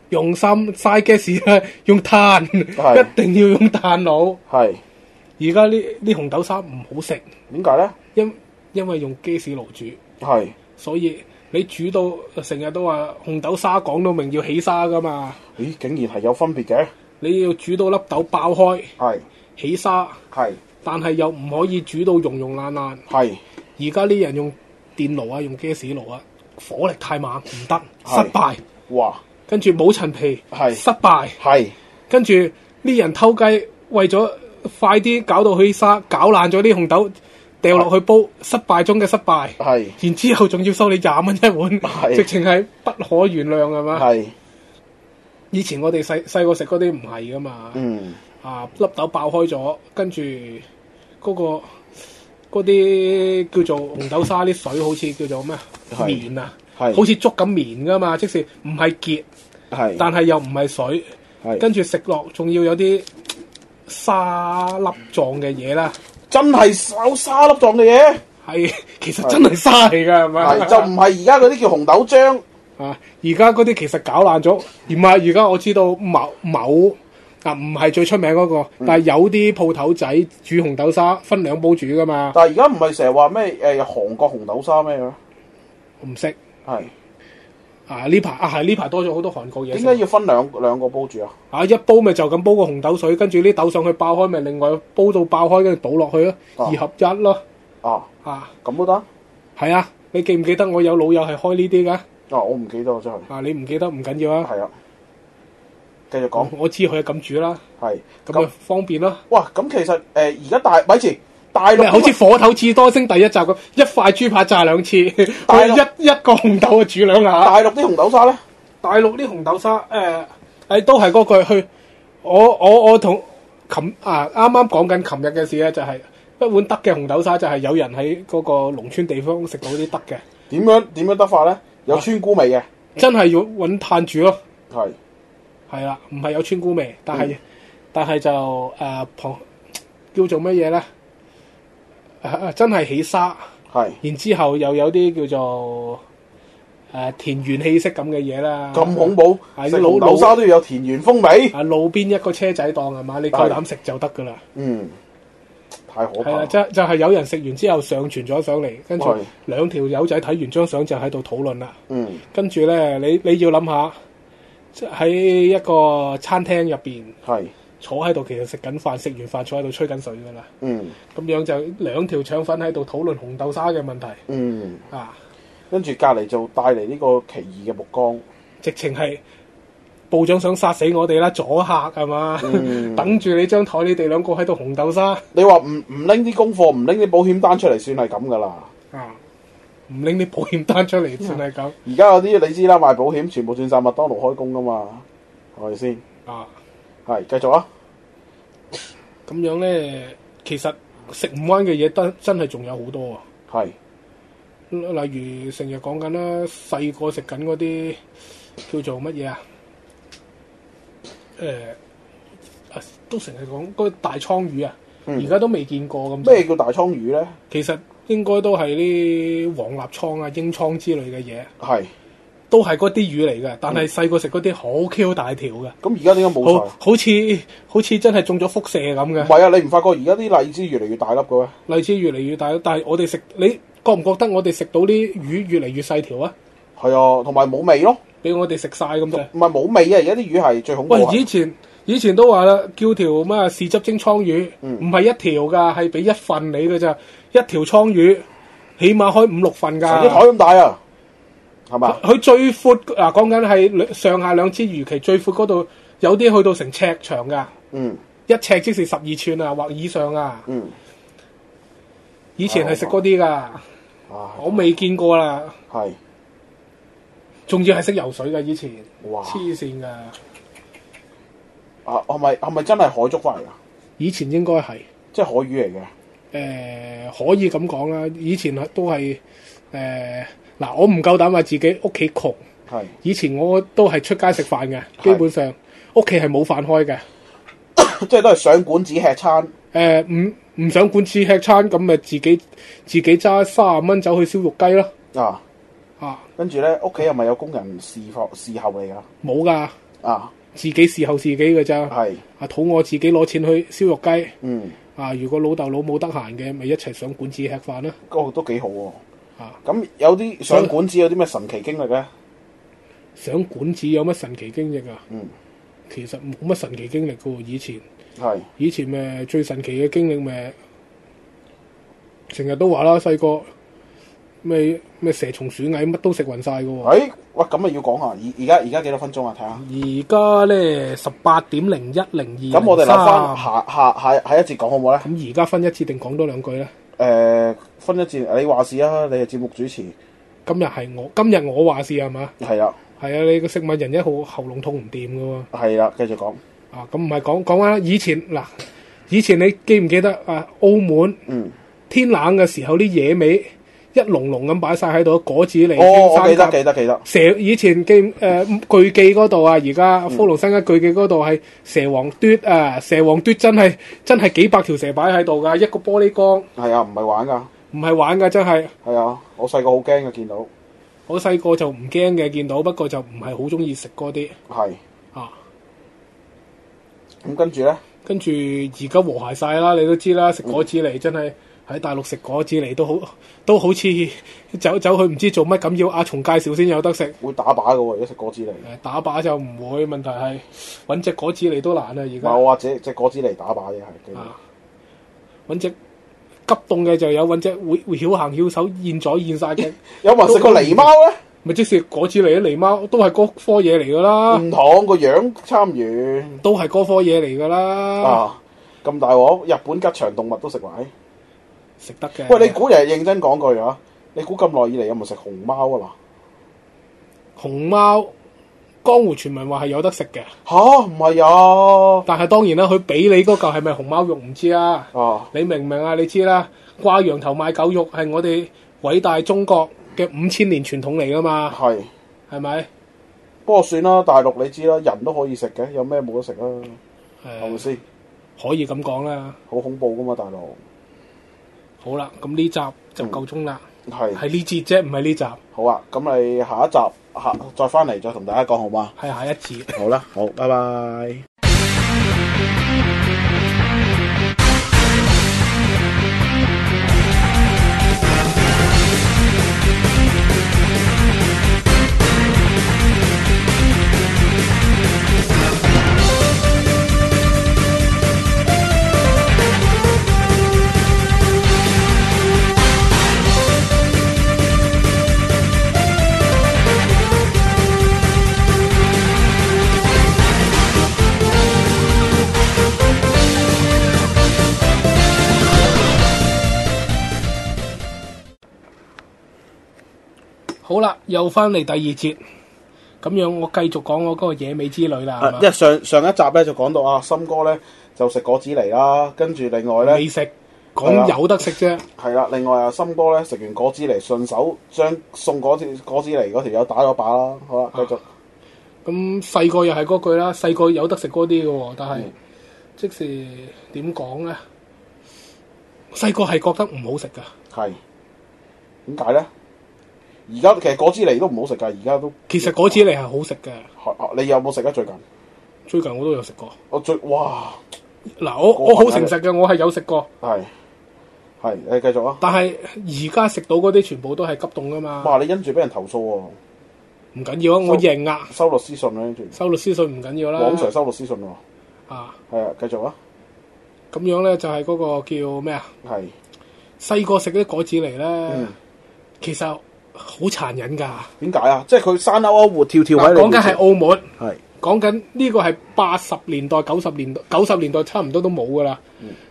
Speaker 1: 用心嘥 gas 啦， [LAUGHS] 用炭，一定要用炭爐。
Speaker 2: 係
Speaker 1: 而家呢啲紅豆沙唔好食，
Speaker 2: 點解咧？
Speaker 1: 因因為用 gas 爐煮，
Speaker 2: 係
Speaker 1: 所以你煮到成日都話紅豆沙講到明要起沙噶嘛。
Speaker 2: 咦，竟然係有分別嘅，
Speaker 1: 你要煮到粒豆爆開
Speaker 2: 係
Speaker 1: 起沙，
Speaker 2: 係
Speaker 1: 但係又唔可以煮到溶溶爛爛。
Speaker 2: 係
Speaker 1: 而家啲人用電爐啊，用 gas 爐啊，火力太猛唔得，失
Speaker 2: 係
Speaker 1: 敗。
Speaker 2: 哇
Speaker 1: 跟住冇陳皮，
Speaker 2: 係
Speaker 1: 失敗。
Speaker 2: 係
Speaker 1: 跟住呢人偷雞，為咗快啲搞到佢啲沙，搞爛咗啲紅豆，掉落去煲，失敗中嘅失敗。
Speaker 2: 係
Speaker 1: 然之後仲要收你廿蚊一碗，
Speaker 2: 係
Speaker 1: 直情係不可原諒係嘛？
Speaker 2: 係
Speaker 1: 以前我哋細細個食嗰啲唔係噶嘛。
Speaker 2: 嗯
Speaker 1: 啊粒豆爆開咗，跟住嗰、個嗰啲叫做紅豆沙啲水好似叫做咩啊
Speaker 2: 係
Speaker 1: 綿啊，
Speaker 2: 係
Speaker 1: 好似粥咁綿噶嘛，即使唔係結，
Speaker 2: 係
Speaker 1: 但係又唔係水，
Speaker 2: 係
Speaker 1: 跟住食落仲要有啲沙粒狀嘅嘢啦，
Speaker 2: 真係手沙粒狀嘅嘢，
Speaker 1: 係其實真係沙嚟㗎，係咪？
Speaker 2: 係就唔係而家嗰啲叫紅豆漿，
Speaker 1: 啊！而家嗰啲其實搞爛咗，而唔係而家我知道某某嗱唔係最出名嗰、個，
Speaker 2: 嗯
Speaker 1: 但係有啲鋪頭仔煮紅豆沙分兩煲煮噶嘛，
Speaker 2: 但係而家唔係成日話咩誒韓國紅豆沙咩嘅咩？
Speaker 1: 我唔識
Speaker 2: 係
Speaker 1: 啊呢排啊係呢排多咗好多韓國嘢
Speaker 2: 點
Speaker 1: 食。
Speaker 2: 解要分兩兩個煲住啊？
Speaker 1: 啊！一煲咪就咁煲個紅豆水，跟住啲豆上去爆開，咪另外煲到爆開，跟住倒落去咯，
Speaker 2: 哦
Speaker 1: 二合一咯。
Speaker 2: 啊，
Speaker 1: 啊，
Speaker 2: 咁都得啊？
Speaker 1: 係啊！你記唔記得我有老友係開呢啲噶？
Speaker 2: 我唔記得啦真係。
Speaker 1: 啊，你唔記得唔緊要啊。
Speaker 2: 係啊，繼續講
Speaker 1: 我知佢係咁煮啦，
Speaker 2: 係
Speaker 1: 咁咪
Speaker 2: 咁
Speaker 1: 方便咯。
Speaker 2: 哇！咁其實誒而家大咪住大
Speaker 1: 咪
Speaker 2: 陸
Speaker 1: 好似火頭刺多星第一集咁，一塊豬扒炸兩次，
Speaker 2: 大
Speaker 1: 佢 [LAUGHS]
Speaker 2: 陸
Speaker 1: 一一個紅豆啊煮兩下。
Speaker 2: 大陸啲紅豆沙咧，
Speaker 1: 大陸啲紅豆沙誒誒、都係嗰句去，我我我同琴啊啱啱講緊琴日嘅事咧，就係、一碗德嘅紅豆沙，就係有人喺嗰個農村地方食到啲德嘅，嗯
Speaker 2: 點樣點樣得法咧？有
Speaker 1: 啊
Speaker 2: 村菇味嘅，
Speaker 1: 真係要揾炭煮咯，
Speaker 2: 係
Speaker 1: 係啦，唔係有村菇味，但係、但係就誒、旁叫做乜嘢咧？啊真係起沙，
Speaker 2: 係
Speaker 1: 然之後又有啲叫做誒、田園氣息咁嘅嘢啦，
Speaker 2: 咁恐怖，
Speaker 1: 係
Speaker 2: 食
Speaker 1: 老
Speaker 2: 紅豆沙都要有田園風味。
Speaker 1: 啊路邊一個車仔檔啊係嘛，你夠膽食就得㗎啦。
Speaker 2: 嗯，太可
Speaker 1: 係
Speaker 2: 怕
Speaker 1: 啦，
Speaker 2: 啦。
Speaker 1: 即就係有人食完之後上傳咗上嚟，跟住
Speaker 2: 係
Speaker 1: 兩條友仔睇完張相就喺度討論啦。
Speaker 2: 嗯，
Speaker 1: 跟住咧，你你要諗下，即係喺一個餐廳入邊
Speaker 2: 係，
Speaker 1: 坐喺度，其實食緊飯，食完飯坐喺度吹緊水噶啦。
Speaker 2: 嗯
Speaker 1: 咁樣就兩條腸粉喺度討論紅豆沙嘅問題
Speaker 2: 嗯，
Speaker 1: 啊，
Speaker 2: 跟住隔離就帶嚟呢個奇異嘅目光。
Speaker 1: 直情係部長想殺死我哋啦，阻嚇係嘛？
Speaker 2: 嗯
Speaker 1: [LAUGHS] 等住你張台，你哋兩個喺度紅豆沙
Speaker 2: 你話唔唔拎啲功課，唔拎啲保險單出嚟，算係咁噶啦。
Speaker 1: 啊，唔拎啲保險單出
Speaker 2: 啊
Speaker 1: 嚟算係咁
Speaker 2: 而家有啲你知啦，賣保險全部轉晒麥當勞開工噶嘛，係咪先？
Speaker 1: 啊。
Speaker 2: 係，繼續啊。
Speaker 1: 咁樣咧，其實食唔彎嘅嘢真真係仲有好多啊！
Speaker 2: 係，
Speaker 1: 例如成日講緊啦，細個食緊嗰啲叫做乜嘢啊？誒、啊都成日講嗰個大倉魚啊，而
Speaker 2: 嗯，
Speaker 1: 家都未見過咁。
Speaker 2: 咩叫大倉魚咧？
Speaker 1: 其實應該都係啲黃立倉啊、英倉之類嘅嘢，
Speaker 2: 係，
Speaker 1: 都係嗰啲魚嚟嘅。但係細個食嗰啲好 Q 大條嘅，
Speaker 2: 咁而家點解冇
Speaker 1: 好
Speaker 2: 晒？
Speaker 1: 好似好似真係中咗輻射咁嘅
Speaker 2: 唔。係啊，你唔發覺而家啲荔枝越嚟越大粒嘅咩？
Speaker 1: 荔枝越嚟越大，但係我哋食你覺唔覺得我哋食到啲魚越嚟越細條啊？
Speaker 2: 係啊，同埋冇味咯，
Speaker 1: 俾我哋食晒咁滯。
Speaker 2: 唔係冇味啊！而家啲魚係最恐怖
Speaker 1: 喂，
Speaker 2: 係。
Speaker 1: 以前以前都話啦，叫條咩啊豉汁蒸倉魚，唔係、一條㗎，係俾一份你㗎咋，一條倉魚起碼開五六份
Speaker 2: 成張台
Speaker 1: 㗎。
Speaker 2: 咁大啊，係咪啊？
Speaker 1: 佢最闊嗱，講緊係上下兩支魚旗最闊嗰度，有啲去到成尺長㗎，
Speaker 2: 嗯
Speaker 1: 一尺即是十二寸啊或以上啊。
Speaker 2: 嗯，
Speaker 1: 以前係食嗰啲㗎，
Speaker 2: 啊
Speaker 1: 我未見過啦，
Speaker 2: 係，
Speaker 1: 仲要係識游水㗎以前，
Speaker 2: 哇！
Speaker 1: 黐線㗎。
Speaker 2: 啊，係咪係咪真係海捉翻嚟噶？
Speaker 1: 以前應該係誒、
Speaker 2: 即係海魚嚟嘅。
Speaker 1: 呃可以咁講啦，以前都係誒嗱，我唔夠膽話自己屋企窮，
Speaker 2: 係
Speaker 1: 以前我都係出街食飯嘅，基本上屋企係冇飯開嘅，
Speaker 2: [LAUGHS] 即係都係上館子吃餐，
Speaker 1: 誒呃唔唔想管吃吃餐咁咪自己自己揸三十蚊走去燒肉雞咯，
Speaker 2: 啊！
Speaker 1: 啊
Speaker 2: 跟住咧，屋企係咪有工人侍候侍候嚟噶？
Speaker 1: 冇噶，
Speaker 2: 啊，
Speaker 1: 自己侍候自己嘅咋，
Speaker 2: 係，
Speaker 1: 啊肚餓自己攞錢去燒肉雞，
Speaker 2: 嗯，
Speaker 1: 啊如果老豆老母得閒嘅咪一齊上館子吃飯啦，
Speaker 2: 嗰個都幾好喎、
Speaker 1: 啊
Speaker 2: 咁有啲上館子有啲咩神奇經歷咧？
Speaker 1: 上館子有乜神奇經歷啊？
Speaker 2: 嗯，
Speaker 1: 其實冇乜神奇經歷噶喎，以前。
Speaker 2: 係
Speaker 1: 以前咪最神奇嘅經歷咪成日都話啦，細個咪咩蛇蟲鼠蟻乜都食暈晒嘅喎。
Speaker 2: 誒，喂，咁啊要講下，而而家而家幾多分鐘啊？睇下。
Speaker 1: 而家咧十八點零一零二，
Speaker 2: 咁我哋留翻下下下下一節講好唔好咧？誒、
Speaker 1: 咁而家分一節定講多兩句咧？嗯
Speaker 2: 分一節你話事啊，你係節目主持，
Speaker 1: 今日係我，今日我話事係嘛？
Speaker 2: 係啦，
Speaker 1: 係啊，你個食物人一號喉嚨痛唔掂嘅喎。
Speaker 2: 係啦，繼續講，
Speaker 1: 啊，咁唔係講講啦。以前嗱，以前你記唔記得啊？澳門
Speaker 2: 嗯，
Speaker 1: 天冷嘅時候，啲野味一籠籠咁擺晒喺度，果子狸、
Speaker 2: 哦，
Speaker 1: 山
Speaker 2: 我記
Speaker 1: 甲
Speaker 2: 得記得記得，
Speaker 1: 蛇以前記誒、呃、巨記嗰度啊，而家
Speaker 2: 嗯
Speaker 1: 科隆新一巨記嗰度係蛇王嘟啊，蛇王嘟真係真係幾百條蛇擺喺度㗎，一個玻璃缸
Speaker 2: 係啊，唔係玩㗎。
Speaker 1: 唔係玩㗎，真係
Speaker 2: 係啊，我細個好驚嘅，見到
Speaker 1: 我細個就唔驚嘅，見到不過就唔係好中意食嗰啲
Speaker 2: 係
Speaker 1: 啊。
Speaker 2: 咁跟住咧，
Speaker 1: 跟住而家和諧晒啦，你都知啦，食果子狸真係喺大陸食果子狸都好 [LAUGHS] 都好似走走去唔知做乜咁，要阿松介紹先有得食。
Speaker 2: 會打靶嘅喎，而家食果子狸。
Speaker 1: 誒打靶就唔會，問題係揾只果子狸都難啊！而
Speaker 2: 唔係我
Speaker 1: 家
Speaker 2: 話只只果子狸打靶嘅係，
Speaker 1: 啊揾只急凍嘅就有，揾只會會曉行曉手、現宰現晒嘅，
Speaker 2: 有冇人啊食過狸貓咧？
Speaker 1: 咪即是果子狸啊！狸貓都係嗰科嘢嚟噶啦，
Speaker 2: 唔同個樣差唔遠
Speaker 1: 都係嗰科嘢嚟噶啦，
Speaker 2: 啊！咁大鑊，日本吉祥動物都食埋。
Speaker 1: 食得嘅。
Speaker 2: 喂，你估人認真講句啊？你估咁耐以嚟有冇食熊貓啊嘛？
Speaker 1: 熊貓江湖傳聞話係有得食嘅，
Speaker 2: 吓，唔係啊！
Speaker 1: 但係當然啦，佢俾你嗰嚿係咪熊貓肉唔知啊？
Speaker 2: 啊，
Speaker 1: 你明唔明啊？你知啦，掛羊頭賣狗肉係我哋偉大中國嘅五千年傳統嚟噶嘛，
Speaker 2: 係。
Speaker 1: 係咪？
Speaker 2: 不過算啦，大陸你知啦，人都可以食嘅，有咩冇得食啊？係咪
Speaker 1: 誒
Speaker 2: 先？
Speaker 1: 可以咁講啦。
Speaker 2: 好恐怖噶嘛，大陸。
Speaker 1: 好啦，咁呢集就
Speaker 2: 嗯
Speaker 1: 夠鐘啦，
Speaker 2: 係
Speaker 1: 係呢節啫，唔係呢集，
Speaker 2: 好啊，咁你下一集下再翻嚟再同大家講好嘛？
Speaker 1: 係下一節。
Speaker 2: 好啦，好，拜拜。
Speaker 1: 好啦，又翻嚟第二節，咁樣我繼續講我嗰個野味之旅啦，
Speaker 2: 啊
Speaker 1: 係
Speaker 2: 因為
Speaker 1: 嘛？
Speaker 2: 上上一集咧就講到啊，森哥咧就食果子狸啦，跟住另外
Speaker 1: 美
Speaker 2: 咧
Speaker 1: 食
Speaker 2: 係啊啦
Speaker 1: 講有得食啫，
Speaker 2: 係啦，另外啊，森哥咧食完果子狸，順手將送果子果子狸嗰條友打咗靶啦。好
Speaker 1: 啊
Speaker 2: 啦，繼續
Speaker 1: 咁細個又係嗰句啦，細個有得食嗰啲嘅喎，但係
Speaker 2: 嗯
Speaker 1: 即是點講咧？細個係覺得唔好食噶，
Speaker 2: 係點解咧？而家其實果子狸都唔好食㗎，而家都
Speaker 1: 其實果子狸係好食嘅，
Speaker 2: 係你有冇食啊？最近
Speaker 1: 最近我都有食過。
Speaker 2: 我最哇
Speaker 1: 嗱，我
Speaker 2: 啊
Speaker 1: 我好誠實嘅，我係有食過，
Speaker 2: 係係你繼續啊！
Speaker 1: 但係而家食到嗰啲全部都係急凍噶嘛。
Speaker 2: 哇！你因住俾人投訴喎、
Speaker 1: 唔緊要啊，我認啊，
Speaker 2: 收律師信啦，跟住
Speaker 1: 收律師信唔緊要啦。
Speaker 2: 黃 Sir 收律師信喎，
Speaker 1: 啊，
Speaker 2: 係啊，繼續啊，
Speaker 1: 咁樣咧就係嗰個叫咩啊？
Speaker 2: 係
Speaker 1: 細個食嗰啲果子狸咧，
Speaker 2: 嗯
Speaker 1: 其實好殘忍㗎。
Speaker 2: 點解啊？即係佢生勾勾活跳跳喺
Speaker 1: 嗱
Speaker 2: 你
Speaker 1: 講
Speaker 2: 面
Speaker 1: 緊
Speaker 2: 前
Speaker 1: 係澳門，
Speaker 2: 係
Speaker 1: 講緊呢個係八十年代、九十年代、九十年代差唔多都冇㗎啦，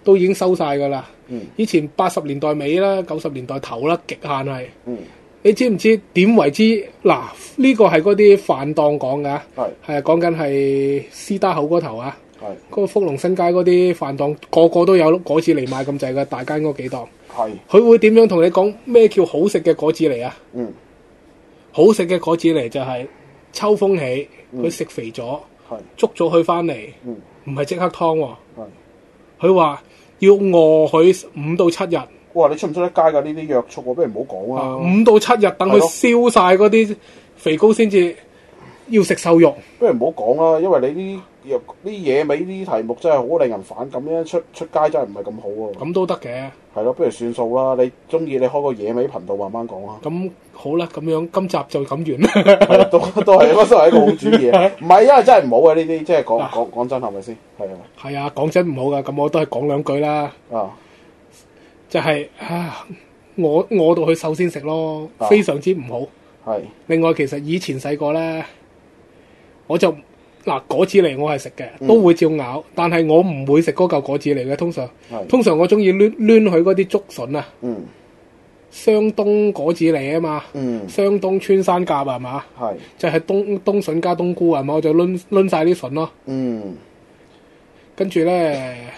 Speaker 1: 都已經收晒㗎啦。
Speaker 2: 嗯
Speaker 1: 以前八十年代尾啦，九十年代頭啦，極限係。
Speaker 2: 嗯
Speaker 1: 你知唔知點為之？嗱，呢、個係嗰啲飯檔講㗎。
Speaker 2: 係
Speaker 1: 係啊講緊係絲打口嗰頭啊，
Speaker 2: 係
Speaker 1: 嗰、個福隆新街嗰啲飯檔個個都有果子狸賣咁滯嘅，大間嗰幾檔，
Speaker 2: 係
Speaker 1: 佢會點樣同你講咩叫好食嘅果子狸啊？
Speaker 2: 嗯
Speaker 1: 好食嘅果子狸就係秋風起，佢食肥咗，
Speaker 2: 係
Speaker 1: 捉咗佢翻嚟，
Speaker 2: 嗯
Speaker 1: 唔係即刻劏喎、
Speaker 2: 係。
Speaker 1: 佢話要餓佢五到七日，啊
Speaker 2: 哇！你出唔出得街㗎？呢啲約束我，不如唔好講
Speaker 1: 五、
Speaker 2: 啦，
Speaker 1: 到七日等佢
Speaker 2: 係咯
Speaker 1: 燒晒嗰啲肥膏先至要食瘦肉。
Speaker 2: 不如唔好講啦，因為你呢啲約呢野味呢啲題目真係好令人反感，咧出出街真係唔係咁好喎。
Speaker 1: 咁都得嘅，。
Speaker 2: 係咯，不如算數啦。你中意你開個野味頻道慢慢講啦
Speaker 1: 咁好啦，咁樣今集就咁完 [LAUGHS] 啦。
Speaker 2: 係啊都 [LAUGHS] 都係，都係一個好主意。啊 [LAUGHS] 唔係，因為真係唔好嘅呢啲，即係講講講真係咪先？係啊，
Speaker 1: 係啊，講真唔好噶，咁我都係講兩句啦，
Speaker 2: 啊
Speaker 1: 就係、啊，我餓到去瘦先食咯，
Speaker 2: 啊
Speaker 1: 非常之唔好。
Speaker 2: 係
Speaker 1: 另外，其實以前細個咧，我就嗱果子狸我係食嘅，
Speaker 2: 嗯
Speaker 1: 都會照咬，但係我唔會食嗰嚿果子狸嘅。通常
Speaker 2: 係
Speaker 1: 通常我中意攣攣佢嗰啲竹筍啊，
Speaker 2: 嗯
Speaker 1: 湘東果子狸啊嘛，
Speaker 2: 嗯
Speaker 1: 湘東穿山甲係嘛，
Speaker 2: 係
Speaker 1: 就係、冬冬筍加冬菇係啊嘛，我就攣攣晒啲筍咯。
Speaker 2: 嗯
Speaker 1: 跟住咧，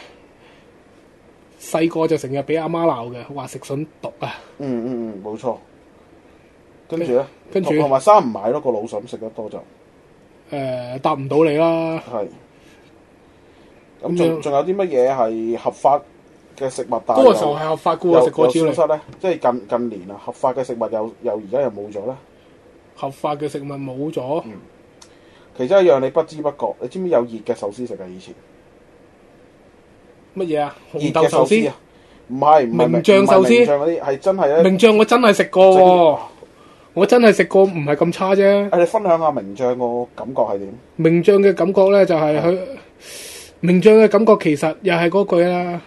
Speaker 1: 細個就成日俾阿媽鬧嘅，話食筍毒啊。
Speaker 2: 嗯嗯嗯，冇錯。跟住咧，
Speaker 1: 跟住
Speaker 2: 同埋衫唔買咯，個老筍食得多就
Speaker 1: 誒、答唔到你啦。
Speaker 2: 係。
Speaker 1: 咁
Speaker 2: 咁仲
Speaker 1: 樣
Speaker 2: 仲有啲乜嘢係合法嘅食物？但
Speaker 1: 嗰個時候係合法嘅喎，食
Speaker 2: 啊有
Speaker 1: 過招
Speaker 2: 有
Speaker 1: 嚟
Speaker 2: 消失咧，即係近近年啊，合法嘅食物又又而家又冇咗咧。
Speaker 1: 合法嘅食物冇咗。
Speaker 2: 其中一樣你不知不覺，你知唔知有熱嘅壽司食啊？以前
Speaker 1: 乜嘢啊？
Speaker 2: 熱
Speaker 1: 紅豆
Speaker 2: 嘅
Speaker 1: 壽
Speaker 2: 壽司
Speaker 1: 司
Speaker 2: 啊，，唔係唔係
Speaker 1: 名將壽司
Speaker 2: 唔係名將嗰啲係真係咧。
Speaker 1: 名將我真係食過喎，我真係食過，唔係咁差啫。
Speaker 2: 誒，你分享下名將個感覺係點？
Speaker 1: 名將嘅感覺咧，就係佢名將嘅感覺，其實又係嗰句啦。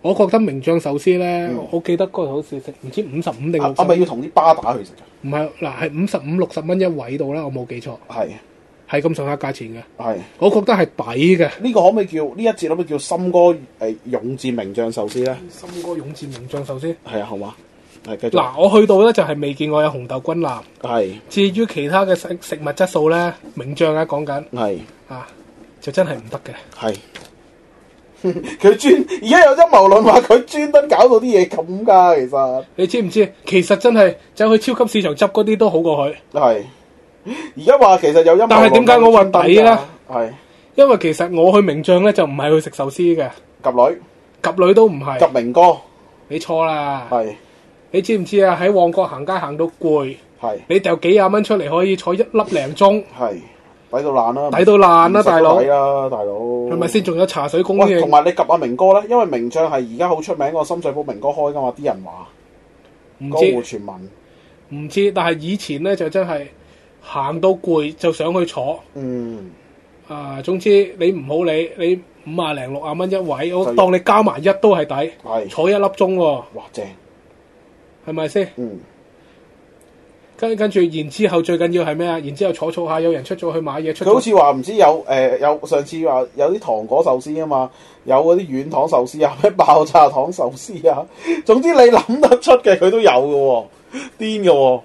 Speaker 1: 我覺得名將壽司咧，我記得嗰日好似食唔知五十五定
Speaker 2: 嗯啊
Speaker 1: 六十
Speaker 2: 啊，咪要同啲巴打去食啊
Speaker 1: 唔
Speaker 2: 㗎？
Speaker 1: 係嗱，係五十五六十蚊一位度啦，我冇記錯，
Speaker 2: 係
Speaker 1: 係咁上下價錢嘅。
Speaker 2: 係
Speaker 1: 我覺得係抵嘅。
Speaker 2: 呢個可唔可以叫呢一節可唔可以叫森哥誒勇志名將壽司咧？
Speaker 1: 森哥勇戰名將壽司，
Speaker 2: 係啊，好嘛？係繼續
Speaker 1: 嗱，我去到咧就係未見過有紅豆軍艦。
Speaker 2: 係 [LAUGHS]
Speaker 1: 至於其他嘅食食物質素咧，名將啊講緊
Speaker 2: 係
Speaker 1: 啊，就真係唔得嘅。
Speaker 2: 係。佢專而家有陰謀論話佢專登搞到啲嘢咁㗎，其實
Speaker 1: 你知唔知？其實真係走去超級市場執嗰啲都好過佢。
Speaker 2: 係。而家話其實有陰謀論，
Speaker 1: 但係點解我話抵咧
Speaker 2: 專登㗎？係
Speaker 1: 因為其實我去名將咧就唔係去食壽司嘅，
Speaker 2: 夾女
Speaker 1: 及女都唔係。
Speaker 2: 夾明哥
Speaker 1: 你錯啦！
Speaker 2: 係
Speaker 1: 你知唔知啊？喺旺角行街行到攰，
Speaker 2: 係
Speaker 1: 你掉幾廿蚊出嚟可以坐一粒零鐘，
Speaker 2: 係抵到爛啦，
Speaker 1: 抵到爛啦，大佬
Speaker 2: 抵啦，大佬
Speaker 1: 係咪先？仲有茶水供
Speaker 2: 喂，同
Speaker 1: 應，
Speaker 2: 埋你及阿明哥咧，因為名將係而家好出名個深水埗明哥開噶嘛，啲人話
Speaker 1: 唔
Speaker 2: 江湖
Speaker 1: 知
Speaker 2: 傳聞，
Speaker 1: 唔知。但係以前咧就真係行到攰就想去坐
Speaker 2: 嗯，
Speaker 1: 啊。總之你唔好理你五啊零六啊蚊一位，我
Speaker 2: 就
Speaker 1: 當你加埋一都係抵，
Speaker 2: 係，
Speaker 1: 坐一粒鐘喎，
Speaker 2: 哇正，
Speaker 1: 係咪先？
Speaker 2: 嗯，
Speaker 1: 跟跟住然之後最緊要係咩啊？然之後坐坐下有人出咗去買嘢，出
Speaker 2: 佢好
Speaker 1: 咗
Speaker 2: 似話唔知有誒、呃有上次話有啲糖果壽司啊嘛，有嗰啲軟糖壽司啊， [LAUGHS] 咩爆炸糖壽司啊， [LAUGHS] 總之你諗得出嘅佢都有嘅喎、癲嘅喎、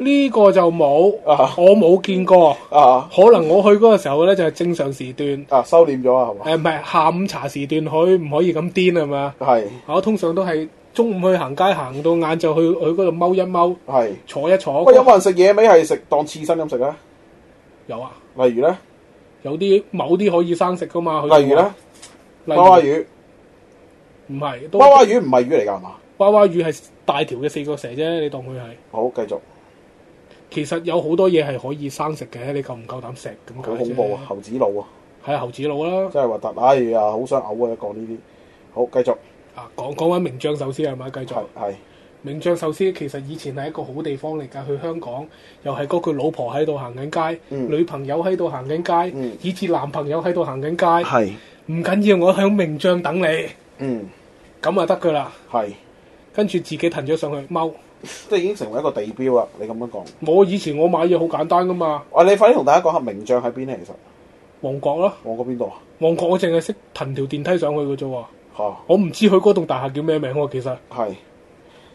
Speaker 1: 呢個就冇，
Speaker 2: 啊
Speaker 1: 我冇見過。
Speaker 2: 啊
Speaker 1: 可能我去嗰個時候咧就係正常時段，
Speaker 2: 啊收斂咗啊
Speaker 1: 誒
Speaker 2: 係嘛，
Speaker 1: 唔係下午茶時段去，唔可以咁癲係嘛？
Speaker 2: 係
Speaker 1: 我通常都係中午去行街，行到晏晝去去嗰度踎一踎，
Speaker 2: 係，
Speaker 1: 坐一坐。
Speaker 2: 喂有冇人食野味係食當刺身咁食咧？
Speaker 1: 有啊，
Speaker 2: 例如咧，
Speaker 1: 有啲某啲可以生食噶嘛？佢
Speaker 2: 例如咧，
Speaker 1: 話，
Speaker 2: 娃娃
Speaker 1: 例
Speaker 2: 魚，
Speaker 1: 如唔係，都
Speaker 2: 娃娃魚唔係魚嚟㗎係嘛？
Speaker 1: 娃娃魚係大條嘅四個蛇啫，你當佢係。
Speaker 2: 好，繼續。
Speaker 1: 其實有好多嘢係可以生食嘅，你夠唔夠膽食咁解
Speaker 2: 好
Speaker 1: 啫
Speaker 2: 恐怖啊！！猴子腦啊，
Speaker 1: 係啊猴子佬啦，
Speaker 2: 真係核突！哎呀，好想嘔啊！講呢啲，好繼續
Speaker 1: 啊講講翻名將壽司係咪？繼續
Speaker 2: 係。係
Speaker 1: 名將壽司其實以前係一個好地方嚟㗎，去香港又係嗰句老婆喺度行緊街，
Speaker 2: 嗯
Speaker 1: 女朋友喺度行緊街，
Speaker 2: 嗯
Speaker 1: 以至男朋友喺度行緊街。
Speaker 2: 係
Speaker 1: 唔緊要，我響名將等你，
Speaker 2: 嗯
Speaker 1: 咁就得㗎啦。
Speaker 2: 係，
Speaker 1: 跟住自己騰咗上去踎。
Speaker 2: 即係已經成為一個地標啦。你咁樣講，
Speaker 1: 我以前我買嘢好簡單㗎嘛，
Speaker 2: 喂，你快啲同大家講下名將喺邊咧？其實
Speaker 1: 旺角咯，
Speaker 2: 旺角邊度啊？
Speaker 1: 旺角我淨係識騰條電梯上去㗎啫喎。
Speaker 2: 嚇
Speaker 1: 我唔知佢嗰棟大廈叫咩名喎，其實
Speaker 2: 係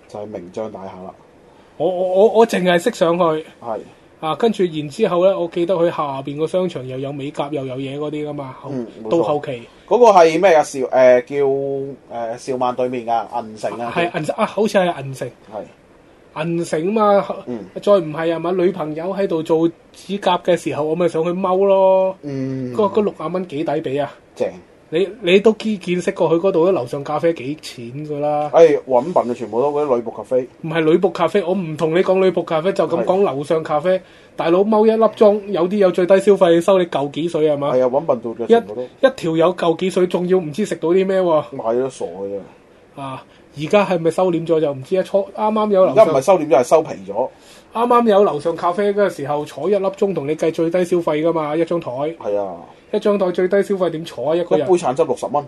Speaker 2: 就係名將大廈啦，
Speaker 1: 我我我我淨係識上去
Speaker 2: 係
Speaker 1: 啊，跟住然之後咧，我記得佢下邊個商場又有美甲又有嘢嗰啲㗎嘛，後
Speaker 2: 嗯冇錯
Speaker 1: 到後期。
Speaker 2: 嗰個係咩啊？兆誒叫誒兆萬對面㗎銀城啊，
Speaker 1: 係銀啊，好似係銀城，
Speaker 2: 係
Speaker 1: 銀城嘛，
Speaker 2: 嗯
Speaker 1: 再唔係啊嘛，女朋友喺度做指甲嘅時候，我咪上去踎咯。
Speaker 2: 嗯
Speaker 1: 嗰嗰六啊蚊幾抵俾啊！
Speaker 2: 正
Speaker 1: 你你都見見識過佢嗰度啲樓上咖啡幾錢噶啦？
Speaker 2: 誒揾笨啊！全部都嗰啲女僕咖啡
Speaker 1: 唔係女僕咖啡，我唔同你講女僕咖啡，就咁
Speaker 2: 係
Speaker 1: 講樓上咖啡。大佬踎一粒鐘，有啲有最低消費收你嚿幾水係嘛？
Speaker 2: 係啊，揾笨到嘅
Speaker 1: 一
Speaker 2: 全部都
Speaker 1: 一條有嚿幾水，仲要唔知食到啲咩喎？
Speaker 2: 買咗傻嘅啫。
Speaker 1: 啊！而家係咪收斂咗就唔知啊？初啱啱有
Speaker 2: 而
Speaker 1: 樓
Speaker 2: 家唔
Speaker 1: 上
Speaker 2: 係收斂咗，係收皮咗。
Speaker 1: 啱啱有樓上咖啡嘅時候，坐一粒鐘同你計最低消費噶嘛，一張台，
Speaker 2: 係啊。
Speaker 1: 一張台最低消費點坐啊？一個
Speaker 2: 一
Speaker 1: 人
Speaker 2: 杯，橙汁六十蚊，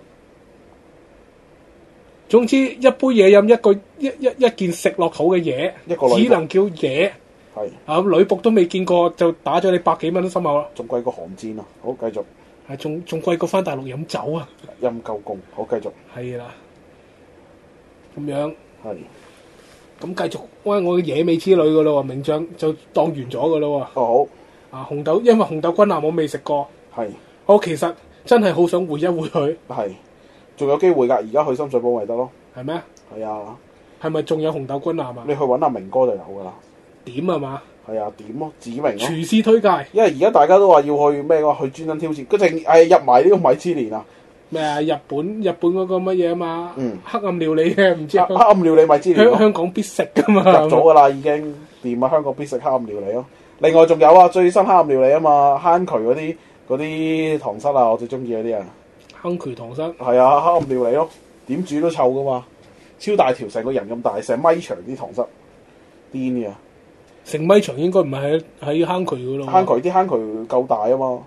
Speaker 1: 總之一杯嘢飲一個一一一件食落肚嘅嘢
Speaker 2: 一個女僕，
Speaker 1: 只能叫嘢
Speaker 2: 係
Speaker 1: 啊！女僕都未見過就打咗你百幾蚊心口啦，
Speaker 2: 仲貴過寒戰啊！好，繼續
Speaker 1: 係仲仲貴過翻大陸飲酒啊！
Speaker 2: 陰鳩公，好繼續
Speaker 1: 係啦，咁樣
Speaker 2: 係
Speaker 1: 咁繼續，喂我嘅野味之旅噶咯喎，名將就當完咗噶咯
Speaker 2: 哦
Speaker 1: 喎，啊紅豆因為紅豆軍艦我未食過，
Speaker 2: 好係
Speaker 1: 我哦其實真係好想回一回佢，
Speaker 2: 係，仲有機會㗎！而家去深水埗咪得咯，
Speaker 1: 係咩？
Speaker 2: 係啊，
Speaker 1: 係咪仲有紅豆軍艦啊
Speaker 2: 你？去揾阿明哥就有㗎啦，
Speaker 1: 點係嘛？
Speaker 2: 係啊，點咯，指明咯，
Speaker 1: 廚師推介
Speaker 2: 因為而家大家都話要去咩話去專登挑戰，佢淨係入埋呢個米芝蓮啊，
Speaker 1: 咩啊？日本日本嗰個乜嘢啊嘛？
Speaker 2: 嗯啊
Speaker 1: 黑暗料理嘅唔知
Speaker 2: 黑暗料理米芝蓮
Speaker 1: 香
Speaker 2: 咯
Speaker 1: 香港必食噶嘛？
Speaker 2: 啊入咗㗎啦，已經掂啊！香港必食黑暗料理啊咯，另外仲有啊，最新黑暗料理啊嘛，坑渠嗰啲嗰啲塘虱啊，我最中意嗰啲啊，
Speaker 1: 坑渠塘虱，
Speaker 2: 係啊，黑暗料理咯，點煮都臭噶嘛，超大條，成個人咁大，成米長啲塘虱，癲嘅。
Speaker 1: 成米長應該唔係喺喺坑渠嗰度。
Speaker 2: 坑渠啲坑渠夠大啊嘛，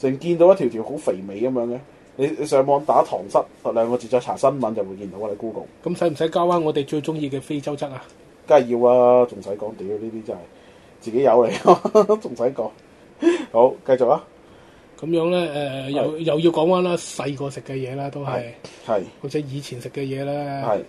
Speaker 2: 淨見到一條條好肥美咁樣嘅。你你上網打塘虱兩個字再查新聞就會見到我哋 Google，
Speaker 1: 咁使唔使交翻我哋最中意嘅非洲鲗啊？
Speaker 2: 梗係要啊，仲使講屌呢啲真係自己有嚟， [LAUGHS] 仲使講。好，繼續啊，
Speaker 1: 咁樣咧，誒、又又要講翻啦，細個食嘅嘢啦，都係
Speaker 2: 係係
Speaker 1: 或者以前食嘅嘢啦。
Speaker 2: 係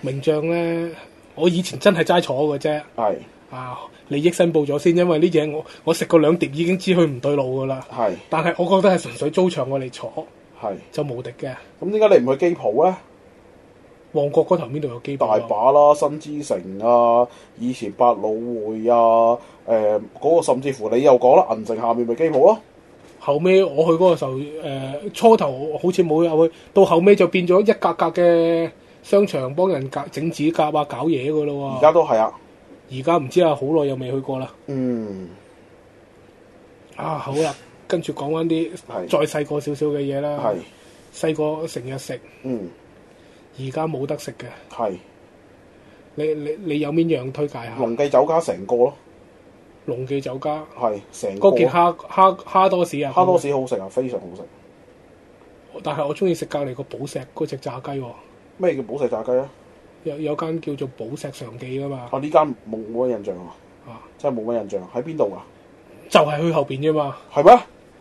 Speaker 1: 名將咧，我以前真係齋坐嘅啫。
Speaker 2: 係
Speaker 1: 啊，利益申報咗先，因為呢嘢我我食過兩碟已經知佢唔對路噶啦。
Speaker 2: 係
Speaker 1: 但係我覺得係純粹租場我嚟坐
Speaker 2: 係。
Speaker 1: 就無敵嘅。
Speaker 2: 咁點解你唔去機鋪咧？
Speaker 1: 旺角嗰頭邊度有機
Speaker 2: 大
Speaker 1: 鋪啊？
Speaker 2: 把啦，新之城啊，以前百老匯啊，誒、嗰、個甚至乎你又講啦，銀城下面咪機鋪咯，
Speaker 1: 後尾我去嗰個時候，誒、初頭好似冇入去，到後尾就變咗一格格嘅商場幫人搞整指甲啊、搞嘢噶咯
Speaker 2: 而
Speaker 1: 喎。
Speaker 2: 家都係啊，
Speaker 1: 而家唔知啊，好耐又未去過啦。
Speaker 2: 嗯，
Speaker 1: 啊，好啦，跟住講翻啲
Speaker 2: 係
Speaker 1: 再細個少少嘅嘢啦
Speaker 2: 係。，
Speaker 1: 細個成日食，
Speaker 2: 嗯，
Speaker 1: 而家冇得食嘅。
Speaker 2: 係
Speaker 1: 你你你有邊樣推介下？
Speaker 2: 龍記酒家成個咯，
Speaker 1: 龍記酒家
Speaker 2: 係成個
Speaker 1: 嗰件
Speaker 2: 咯
Speaker 1: 蝦蝦蝦多士啊，
Speaker 2: 啊蝦多士好食啊，非常好食。
Speaker 1: 但係我中意食隔離個寶石嗰只炸雞喎，
Speaker 2: 咩叫寶石炸雞啊？
Speaker 1: 有有間叫做寶石常記噶嘛，
Speaker 2: 啊呢間冇冇乜印象啊
Speaker 1: 啊，
Speaker 2: 真係冇乜印象，喺邊度啊？
Speaker 1: 就係去後邊啫嘛，
Speaker 2: 係咩？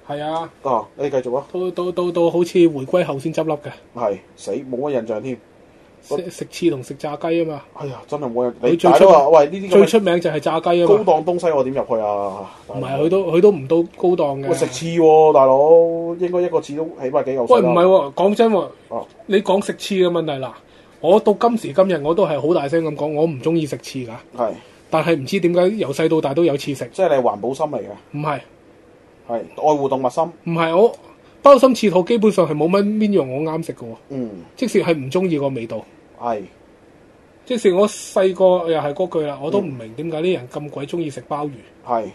Speaker 1: 係啊，
Speaker 2: 啊，你繼續啊，
Speaker 1: 到到到到好似回歸後先執笠嘅，
Speaker 2: 係死冇乜印象添。哦
Speaker 1: 食食翅同食炸雞啊嘛，
Speaker 2: 哎呀，真係冇印
Speaker 1: 佢
Speaker 2: 你
Speaker 1: 最
Speaker 2: 大
Speaker 1: 出
Speaker 2: 佬啊，喂呢啲
Speaker 1: 最
Speaker 2: 咁
Speaker 1: 出名就係炸雞啊
Speaker 2: 嘅高
Speaker 1: 嘛，
Speaker 2: 檔東西我點入去啊？
Speaker 1: 唔
Speaker 2: 唔
Speaker 1: 係佢都佢都唔到高檔
Speaker 2: 哦喂，食
Speaker 1: 嘅，
Speaker 2: 翅喎、大佬，應該一個翅都起碼幾嚿
Speaker 1: 喂
Speaker 2: 水
Speaker 1: 唔
Speaker 2: 啦。
Speaker 1: 係喎，講真喎
Speaker 2: 哦，
Speaker 1: 你講食翅嘅問題啦，我到今時今日我都係好大聲咁講，我唔中意食翅㗎，
Speaker 2: 係，
Speaker 1: 但係唔知點解由細到大都有翅食，
Speaker 2: 即係你係環保心嚟嘅，
Speaker 1: 唔係。
Speaker 2: 係愛護動物心。
Speaker 1: 唔係我包心刺肚，基本上係冇乜邊樣我啱食嘅喎，
Speaker 2: 嗯，
Speaker 1: 即使係唔中意個味道。
Speaker 2: 係
Speaker 1: 即使我細個又係嗰句啦，我都唔明點解啲人咁鬼中意食鮑魚。
Speaker 2: 係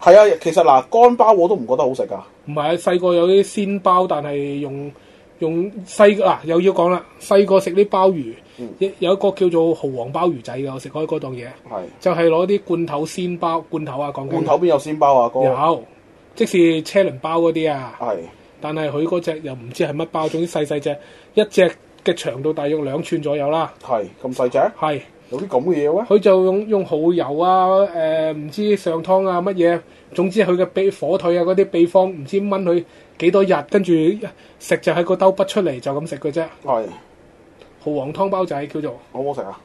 Speaker 2: 係啊！其實嗱，乾包我都唔覺得好食㗎。
Speaker 1: 唔係啊，細個有啲鮮鮑，但係用用細嗱、又要講啦，細個食啲鮑魚，
Speaker 2: 嗯
Speaker 1: 有有一個叫做蠔皇鮑魚仔嘅，我食開嗰檔嘢，
Speaker 2: 係
Speaker 1: 就係攞啲罐頭鮮鮑罐頭啊，講緊
Speaker 2: 罐頭邊有鮮包啊？哥
Speaker 1: 有，即是車輪包嗰啲啊。
Speaker 2: 係
Speaker 1: 但係佢嗰只又唔知係乜包，總之細細只，一隻嘅長度大約兩寸左右啦。
Speaker 2: 係咁細隻，
Speaker 1: 係，
Speaker 2: 有啲咁嘅嘢嘅咩？
Speaker 1: [LAUGHS] 佢就用用蠔油啊，誒、唔知上湯啊乜嘢，總之佢嘅秘火腿啊嗰啲秘方，唔知炆佢幾多日，跟住食就喺個兜筆出嚟就咁食嘅啫。
Speaker 2: 係
Speaker 1: 蠔皇湯包仔叫做，
Speaker 2: 好唔好食啊？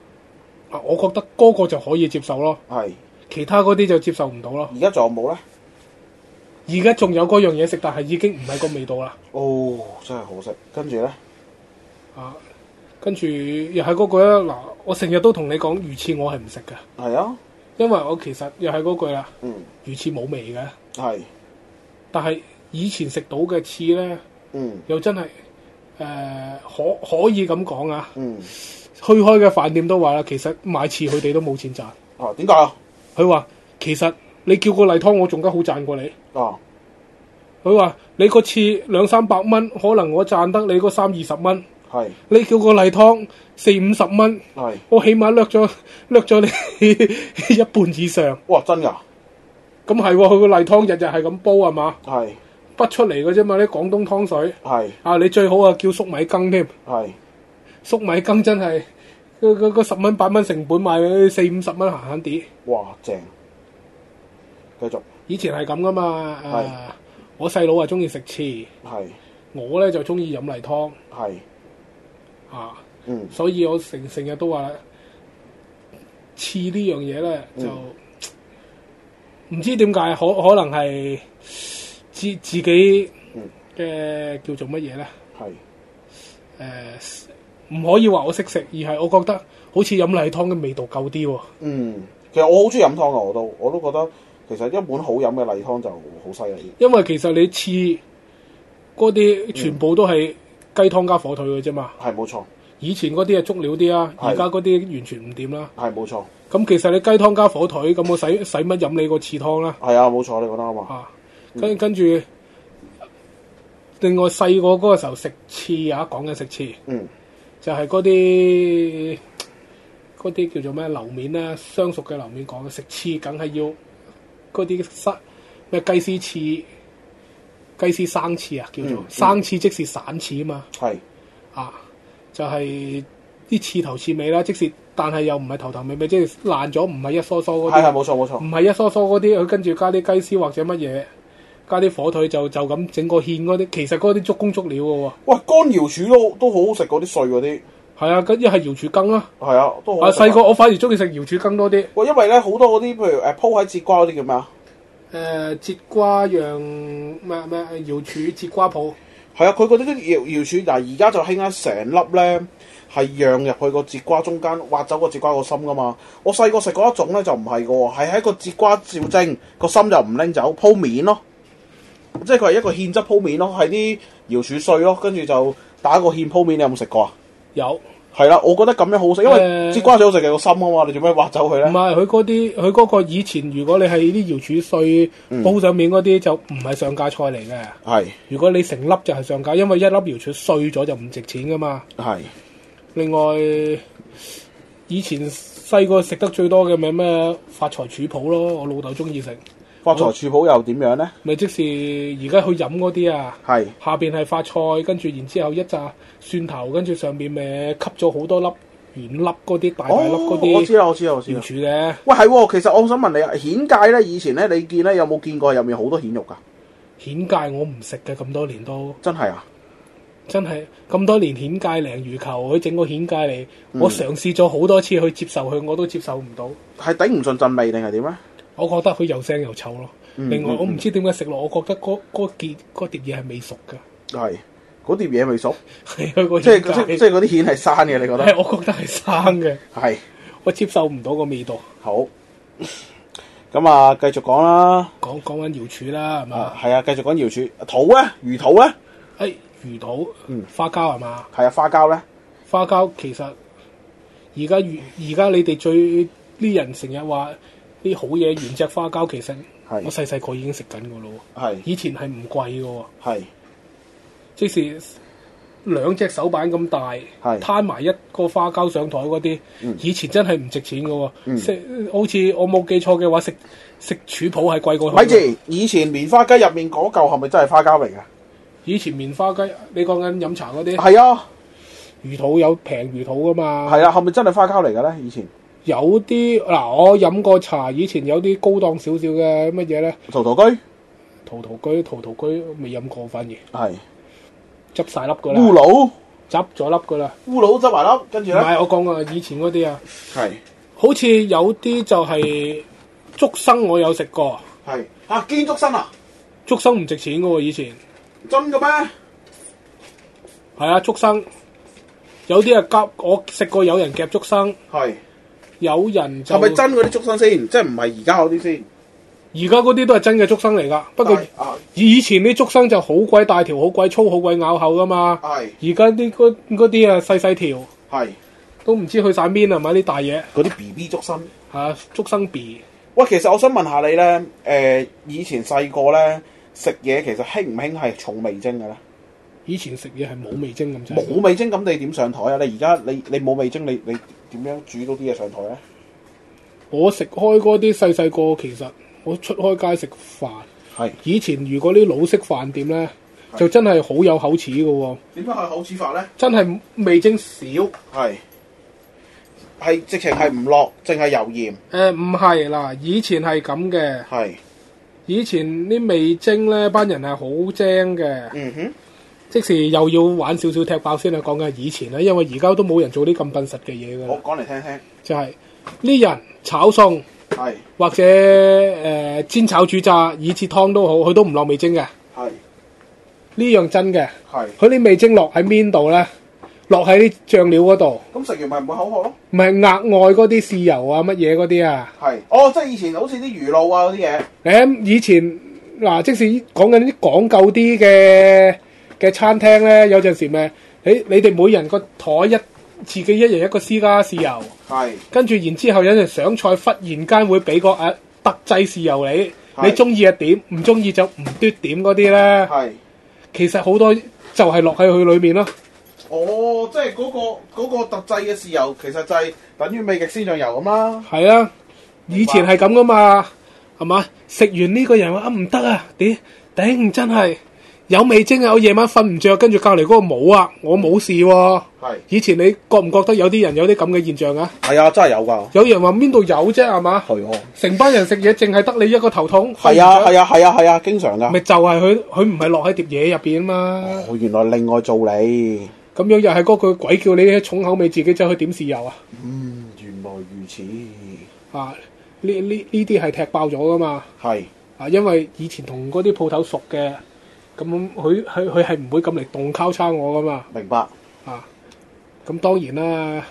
Speaker 1: 啊我覺得嗰個就可以接受咯，
Speaker 2: 係
Speaker 1: 其他嗰啲就接受唔到咯。
Speaker 2: 而家仲有冇咧？
Speaker 1: 而家仲有嗰樣嘢食，但係已經唔係個味道啦。
Speaker 2: 哦，真係好食。跟住咧，
Speaker 1: 啊，跟住又係嗰句啦，嗱，我成日都同你講魚翅我係唔食嘅。
Speaker 2: 係啊，
Speaker 1: 因為我其實又係嗰句啦，
Speaker 2: 嗯，
Speaker 1: 魚翅冇味嘅，
Speaker 2: 係，
Speaker 1: 但係以前食到嘅翅咧，
Speaker 2: 嗯
Speaker 1: 又真係誒、呃可可以咁講啊！
Speaker 2: 嗯，
Speaker 1: 去開嘅飯店都話呃啦，其實買翅佢哋都冇錢賺。
Speaker 2: 啊點解啊？
Speaker 1: 佢話其實你叫個例湯，我仲加好賺過你。
Speaker 2: 啊
Speaker 1: 佢話你個翅兩三百蚊，可能我賺得你嗰三二十蚊。
Speaker 2: 係
Speaker 1: 你叫個例湯四五十蚊，
Speaker 2: 係，
Speaker 1: 我起碼掠咗 [LAUGHS] 掠咗你一半以上。
Speaker 2: 哇真㗎，
Speaker 1: 咁係喎，佢個例湯日日係咁煲係嘛？
Speaker 2: 係
Speaker 1: 不出嚟嘅啫嘛，啲廣東湯水
Speaker 2: 係
Speaker 1: 啊，你最好啊叫粟米羹添，
Speaker 2: 係
Speaker 1: 粟米羹真係嗰嗰嗰十蚊八蚊成本買四五十蚊閒閒啲，
Speaker 2: 哇正，繼續
Speaker 1: 以前係咁噶嘛。啊、我細佬啊中意食翅，
Speaker 2: 係
Speaker 1: 我咧就中意飲例湯
Speaker 2: 係
Speaker 1: 啊，
Speaker 2: 嗯
Speaker 1: 所以我成成日都話啦，翅呢樣嘢咧就唔、知點解，可可能係自自己
Speaker 2: 嗯
Speaker 1: 嘅叫做乜嘢咧？
Speaker 2: 係
Speaker 1: 誒呃唔、可以話我識食，而係我覺得好似飲例湯嘅味道夠啲喎。
Speaker 2: 嗯，其實我好中意飲湯㗎，我都我都覺得其實一碗好飲嘅例湯就好犀利。
Speaker 1: 因為其實你翅嗰啲全部都係雞湯加火腿嘅啫嘛。
Speaker 2: 係冇錯，
Speaker 1: 以前嗰啲係足料啲啊，
Speaker 2: 係
Speaker 1: 而家嗰啲完全唔掂啦。
Speaker 2: 係冇錯，
Speaker 1: 咁其實你雞湯加火腿，咁我使使乜飲你個翅湯啦？
Speaker 2: 啊
Speaker 1: 啊
Speaker 2: 係啊冇錯，你講得啱啊，
Speaker 1: 啊，跟跟住。另外細個嗰個時候食翅啊，講緊食翅
Speaker 2: 嗯，
Speaker 1: 就係嗰啲嗰啲叫做咩樓面啦，相熟嘅樓面講嘅食翅，梗係要嗰啲生咩雞絲翅、雞絲生翅啊，叫做、
Speaker 2: 嗯嗯
Speaker 1: 生翅即是散翅啊嘛，
Speaker 2: 係
Speaker 1: 啊，就係、啲刺頭刺尾啦，即是但係又唔係頭頭尾尾，即係爛咗，唔係一梳梳嗰啲
Speaker 2: 係
Speaker 1: 嗯
Speaker 2: 係。冇錯冇錯
Speaker 1: 唔，係一梳梳嗰啲，佢跟住加啲雞絲或者乜嘢，加啲火腿就就咁整個芡嗰啲，其實嗰啲足工足料嘅喎。
Speaker 2: 喂，乾瑤柱都都好好食嗰啲碎嗰啲，
Speaker 1: 係啊，跟一係瑤柱羹啦。
Speaker 2: 係啊，都好
Speaker 1: 啊，
Speaker 2: 好食啊
Speaker 1: 細個我反而中意食瑤柱羹多啲。誒、
Speaker 2: 喂，因為咧好多嗰啲譬如誒鋪喺節瓜嗰啲叫咩啊？
Speaker 1: 節瓜釀咩咩瑤柱節瓜鋪，
Speaker 2: 係啊，佢嗰啲啲瑤瑤柱，嗱而家就興啦，成粒咧係釀入去個節瓜中間，挖走個節瓜個心噶嘛。我細個食嗰一種咧就唔係嘅喎，係喺個節瓜照蒸，個心就唔拎走，鋪面咯，即係佢係一個芡汁鋪面咯，係啲瑤柱碎咯，跟住就打個芡鋪面。你有冇食過啊？
Speaker 1: 有，
Speaker 2: 係啦，我覺得咁樣好食，因為
Speaker 1: 誒
Speaker 2: 節瓜最好食嘅個心啊嘛，你做咩挖走
Speaker 1: 唔
Speaker 2: 佢咧？
Speaker 1: 係佢嗰啲佢嗰個以前，如果你係啲瑤柱碎煲上面嗰啲，就唔係上架菜嚟嘅。
Speaker 2: 係
Speaker 1: 如果你成粒就係上架，因為一粒瑤柱碎咗就唔值錢噶嘛。
Speaker 2: 係
Speaker 1: 另外，以前細個食得最多嘅咪咩發財柱鋪咯，我老豆中意食，
Speaker 2: 發財柱鋪又點樣咧？
Speaker 1: 咪即是而家去飲嗰啲啊，
Speaker 2: 係
Speaker 1: 下邊係發菜，跟住然之後一紮蒜頭，跟住上邊咪吸咗好多粒圓粒嗰啲大大粒
Speaker 2: 哦
Speaker 1: 嗰，
Speaker 2: 我知
Speaker 1: 啲
Speaker 2: 啦，我知啦，我知
Speaker 1: 瑤
Speaker 2: 啊啦。
Speaker 1: 柱嘅
Speaker 2: 喂，係喎，其實我想問你啊，蜆芥咧，以前咧，你見咧有冇見過入面好多蜆肉噶？
Speaker 1: 蜆芥，我唔食嘅咁多年都
Speaker 2: 真係啊！
Speaker 1: 真係咁多年蜆芥鯪魚球，佢整個蜆芥嚟，
Speaker 2: 嗯
Speaker 1: 我嘗試咗好多次去接受佢，我都接受唔到。
Speaker 2: 係頂唔順陣味定係點咧？
Speaker 1: 我覺得佢又腥又臭咯。
Speaker 2: 嗯
Speaker 1: 另外，
Speaker 2: 嗯
Speaker 1: 我唔知點解食落，我覺得嗰嗰碟嗰碟嘢係未熟㗎，
Speaker 2: 係嗰碟嘢未熟，
Speaker 1: [LAUGHS] 係佢個
Speaker 2: 即係即
Speaker 1: 蜆
Speaker 2: 即
Speaker 1: 芥
Speaker 2: 係嗰啲蜆係生嘅，你覺
Speaker 1: [LAUGHS]
Speaker 2: 得
Speaker 1: 係我覺得係生嘅，
Speaker 2: 係
Speaker 1: 我接受唔到個味道。
Speaker 2: 好？咁啊，繼續講啦。
Speaker 1: 講講緊瑤柱啦，係
Speaker 2: 啊
Speaker 1: 嘛？，
Speaker 2: 係啊，繼續講瑤柱肚咧，魚肚咧，
Speaker 1: 誒魚肚
Speaker 2: 嗯、
Speaker 1: 哎花膠係嘛？
Speaker 2: 係啊，花膠咧，
Speaker 1: 花膠其實而家魚而家你哋最啲人成日話啲好嘢原隻花膠，其實
Speaker 2: 係
Speaker 1: 我細細個已經食緊㗎咯喎。
Speaker 2: 係
Speaker 1: 以前係唔貴㗎喎，
Speaker 2: 係
Speaker 1: 即是兩隻手板咁大。
Speaker 2: 係
Speaker 1: 攤埋一個花膠上台嗰啲，
Speaker 2: 嗯
Speaker 1: 以前真係唔值錢嘅喎、
Speaker 2: 嗯
Speaker 1: 食好似我冇記錯嘅話，食食柱鋪係貴過佢。
Speaker 2: 咪住，以前棉花雞入面嗰嚿係咪真係花膠嚟㗎？
Speaker 1: 以前棉花雞，你講緊飲茶嗰啲
Speaker 2: 係啊，
Speaker 1: 魚肚有平魚肚噶嘛？
Speaker 2: 係啊，係咪真係花膠嚟㗎咧？以前
Speaker 1: 有啲嗱，我飲過茶，以前有啲高檔少少嘅乜嘢咧，
Speaker 2: 陶陶居
Speaker 1: 陶陶居、陶陶居未飲過，反而
Speaker 2: 係啊
Speaker 1: 執晒粒噶
Speaker 2: 烏
Speaker 1: 啦，
Speaker 2: 魯
Speaker 1: 執咗粒噶啦。
Speaker 2: 烏魯執埋粒，跟住
Speaker 1: 唔
Speaker 2: 咧
Speaker 1: 係我講啊，以前嗰啲啊，
Speaker 2: 係。
Speaker 1: 好似有啲就係竹笙，我有食過，
Speaker 2: 係啊，建築生啊，
Speaker 1: 竹笙唔值錢嘅喎，以前。
Speaker 2: 真嘅咩？
Speaker 1: 係啊，竹笙有啲係夾，我食過有人夾竹笙，
Speaker 2: 係
Speaker 1: 有人就
Speaker 2: 係咪真嗰啲竹笙先？即係唔係而家嗰啲先？
Speaker 1: 而家嗰啲都係真嘅竹笙嚟㗎，不過
Speaker 2: 但啊
Speaker 1: 以前啲竹笙就好鬼大條、好鬼粗、好鬼咬口㗎嘛。
Speaker 2: 係
Speaker 1: 而家啲嗰嗰啲啊細細條，
Speaker 2: 係
Speaker 1: 都唔知去晒邊啊！買啲大嘢
Speaker 2: 嗰啲 B B 竹笙。
Speaker 1: 嚇、啊竹笙 B
Speaker 2: 喂，其實我想問下你咧，誒、以前細個咧食嘢其實興唔興係重味精嘅咧？
Speaker 1: 以前食嘢係冇味精咁滯，
Speaker 2: 冇味精咁你點上台啊？你而家你你冇味精，你你點樣煮到啲嘢上台咧？
Speaker 1: 我食開嗰啲細細個，其實我出開街食飯，
Speaker 2: 係
Speaker 1: 以前如果啲老式飯店咧，
Speaker 2: 係
Speaker 1: 就真係好有口齒嘅喎，
Speaker 2: 點樣去口齒法咧？
Speaker 1: 真係味精少。
Speaker 2: 係係直情係唔落，淨係油鹽
Speaker 1: 誒唔係嗱，以前係咁嘅，
Speaker 2: 係
Speaker 1: 以前啲味精咧，班人係好精嘅，
Speaker 2: 嗯哼
Speaker 1: 即時又要玩少少踢爆先啦。講緊係以前啦，因為而家都冇人做啲咁笨實嘅嘢㗎
Speaker 2: 好
Speaker 1: 啦，
Speaker 2: 講嚟聽聽
Speaker 1: 就係、呢人炒餸
Speaker 2: 係
Speaker 1: 或者誒、呃煎炒煮炸，以至湯都好，佢都唔落味精嘅，
Speaker 2: 係
Speaker 1: 呢樣真嘅。
Speaker 2: 係
Speaker 1: 佢啲味精落喺面度咧，落喺啲醬料嗰度，
Speaker 2: 咁食完咪唔會口渴咯？
Speaker 1: 唔係額外嗰啲豉油啊乜嘢嗰啲啊。
Speaker 2: 係，哦，即係以前好似啲魚露啊嗰啲嘢，
Speaker 1: 誒以前嗱，即使講緊啲講究啲嘅嘅餐廳咧，有陣時咪你你哋每人個台一自己一人一個私家豉油，
Speaker 2: 係
Speaker 1: 跟住然之後有陣上菜忽然間會俾個誒特製豉油你，
Speaker 2: 係
Speaker 1: 你中意就點，唔中意就唔嘟點嗰啲咧。
Speaker 2: 係
Speaker 1: 其實好多就係落喺佢裏面咯。
Speaker 2: 哦，即係嗰、個嗰、個特製嘅豉油，其實就係等於美極鮮醬油咁啦。
Speaker 1: 係啊，以前係咁噶嘛，係嘛？食完呢個人話啊唔得啊，屌頂真係有味精啊！我夜晚瞓唔着，跟住隔離嗰個冇啊，我冇事喎、
Speaker 2: 係
Speaker 1: 以前你覺唔覺得有啲人有啲咁嘅現象啊？
Speaker 2: 係啊，真係有㗎。
Speaker 1: 有人話邊度有啫係嘛？
Speaker 2: 係啊喎。
Speaker 1: 成班人食嘢淨係得你一個頭痛，
Speaker 2: 係啊，
Speaker 1: 瞓唔
Speaker 2: 係啊，係啊，係啊，經常㗎
Speaker 1: 着咪。就係佢佢唔係落喺碟嘢入邊啊嘛。
Speaker 2: 哦，原來另外做你。
Speaker 1: 咁樣又係嗰句鬼叫你重口味，自己走去點豉油啊！
Speaker 2: 嗯，原來如此。
Speaker 1: 啊，呢呢呢啲係踢爆咗噶嘛〜
Speaker 2: 係。
Speaker 1: 啊，因為以前同嗰啲鋪頭熟嘅，咁佢佢佢係唔會咁嚟動交叉我噶嘛，
Speaker 2: 明白。
Speaker 1: 啊，咁當然啦，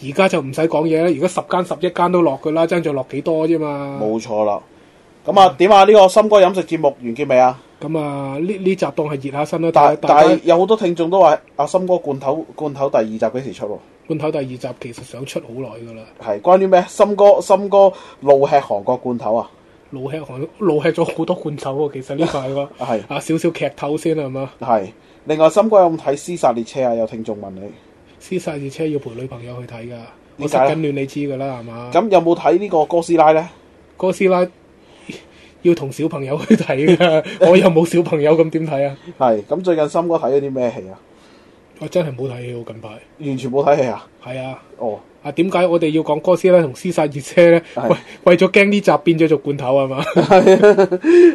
Speaker 1: 而家就唔使講嘢啦，而家十間十一間都落噶啦，爭在落幾多啫嘛。
Speaker 2: 冇錯啦。咁啊，點啊？呢個森哥飲食節目完結未啊？
Speaker 1: 咁啊，呢呢集當係熱下身啦，但
Speaker 2: 但
Speaker 1: 係
Speaker 2: 但
Speaker 1: 大家
Speaker 2: 係有好多聽眾都話阿森哥罐頭罐頭第二集幾時出喎？
Speaker 1: 罐頭第二集其實想出好耐噶啦，
Speaker 2: 係關於咩？森哥森哥怒吃韓國罐頭啊！
Speaker 1: 老吃寒老吃咗好多罐頭喎，其實呢個係個
Speaker 2: [LAUGHS] 係
Speaker 1: 啊少少劇透先係嘛，
Speaker 2: 係。另外，森哥有冇睇《屍殺列車》啊？有聽眾問你，
Speaker 1: 屍殺熱車要陪女朋友去睇噶，我
Speaker 2: 點
Speaker 1: 食
Speaker 2: 解啊
Speaker 1: 緊亂你知噶啦係嘛，
Speaker 2: 咁有冇睇呢個哥斯拉呢？
Speaker 1: 哥斯拉要同小朋友去睇
Speaker 2: [LAUGHS]
Speaker 1: 噶，我又冇小朋友咁點睇啊？
Speaker 2: 係咁最近森哥睇咗啲咩戲啊？
Speaker 1: 我真係冇睇喎，近排
Speaker 2: 完全冇睇戲啊！
Speaker 1: 係啊。
Speaker 2: 哦，
Speaker 1: 啊，點解我哋要講哥斯拉同屍殺熱車咧？
Speaker 2: 係
Speaker 1: 為為咗驚呢集變咗做罐頭係
Speaker 2: [LAUGHS]
Speaker 1: 嘛？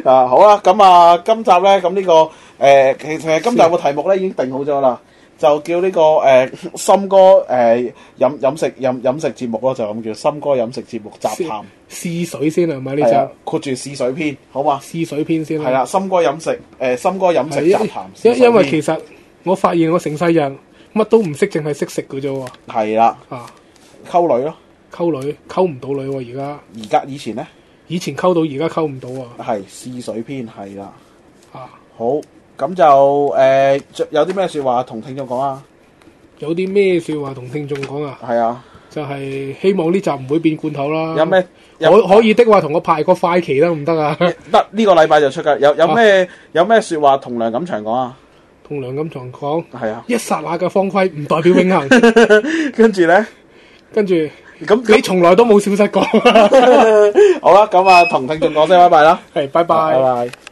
Speaker 2: 啊好啦，咁啊今集呢，咁呢、個誒、呃其實今集嘅題目呢已經定好咗啦，就叫呢、個誒、呃森哥誒、呃、飲飲食飲飲食節目咯，就咁叫森哥飲食節目雜
Speaker 1: [LAUGHS]
Speaker 2: 談，
Speaker 1: 試水先係咪
Speaker 2: 係啊
Speaker 1: 呢
Speaker 2: 括住試水篇，好嘛？
Speaker 1: 集？試水篇先啊
Speaker 2: 係啦，，森哥飲食誒、呃森哥飲食
Speaker 1: 係
Speaker 2: 雜談試水
Speaker 1: 因
Speaker 2: 篇，
Speaker 1: 因因為其實我發現我成世人乜都唔識，淨係識食嘅啫喎。
Speaker 2: 係啦，
Speaker 1: 啊，
Speaker 2: 溝女咯，
Speaker 1: 溝女溝唔到女喎，而家
Speaker 2: 而家以前呢，
Speaker 1: 以前溝到，而家溝唔到啊！
Speaker 2: 係試水篇係啦。
Speaker 1: 啊，
Speaker 2: 好，咁就誒、呃有啲咩説話同聽眾講啊？
Speaker 1: 有啲咩説話同聽眾講啊？
Speaker 2: 係啊，
Speaker 1: 就係希望呢集唔會變罐頭啦。
Speaker 2: 有咩？有
Speaker 1: 可可以的話，同我排個快期得唔得啊？ [LAUGHS]
Speaker 2: 得呢個禮拜就出㗎，有有
Speaker 1: 哦
Speaker 2: 咩有咩説話同梁錦祥講啊？
Speaker 1: 同梁錦祥講
Speaker 2: 係
Speaker 1: [LAUGHS]
Speaker 2: 啊，
Speaker 1: 一剎那嘅方規唔代表永恆，
Speaker 2: [LAUGHS] 跟住咧，
Speaker 1: 跟住
Speaker 2: 咁
Speaker 1: 你從
Speaker 2: [LAUGHS]
Speaker 1: 來都冇消失過。 [LAUGHS]
Speaker 2: 咁好啦，咁啊，同聽眾講聲拜拜啦，
Speaker 1: 係，拜拜。
Speaker 2: 拜。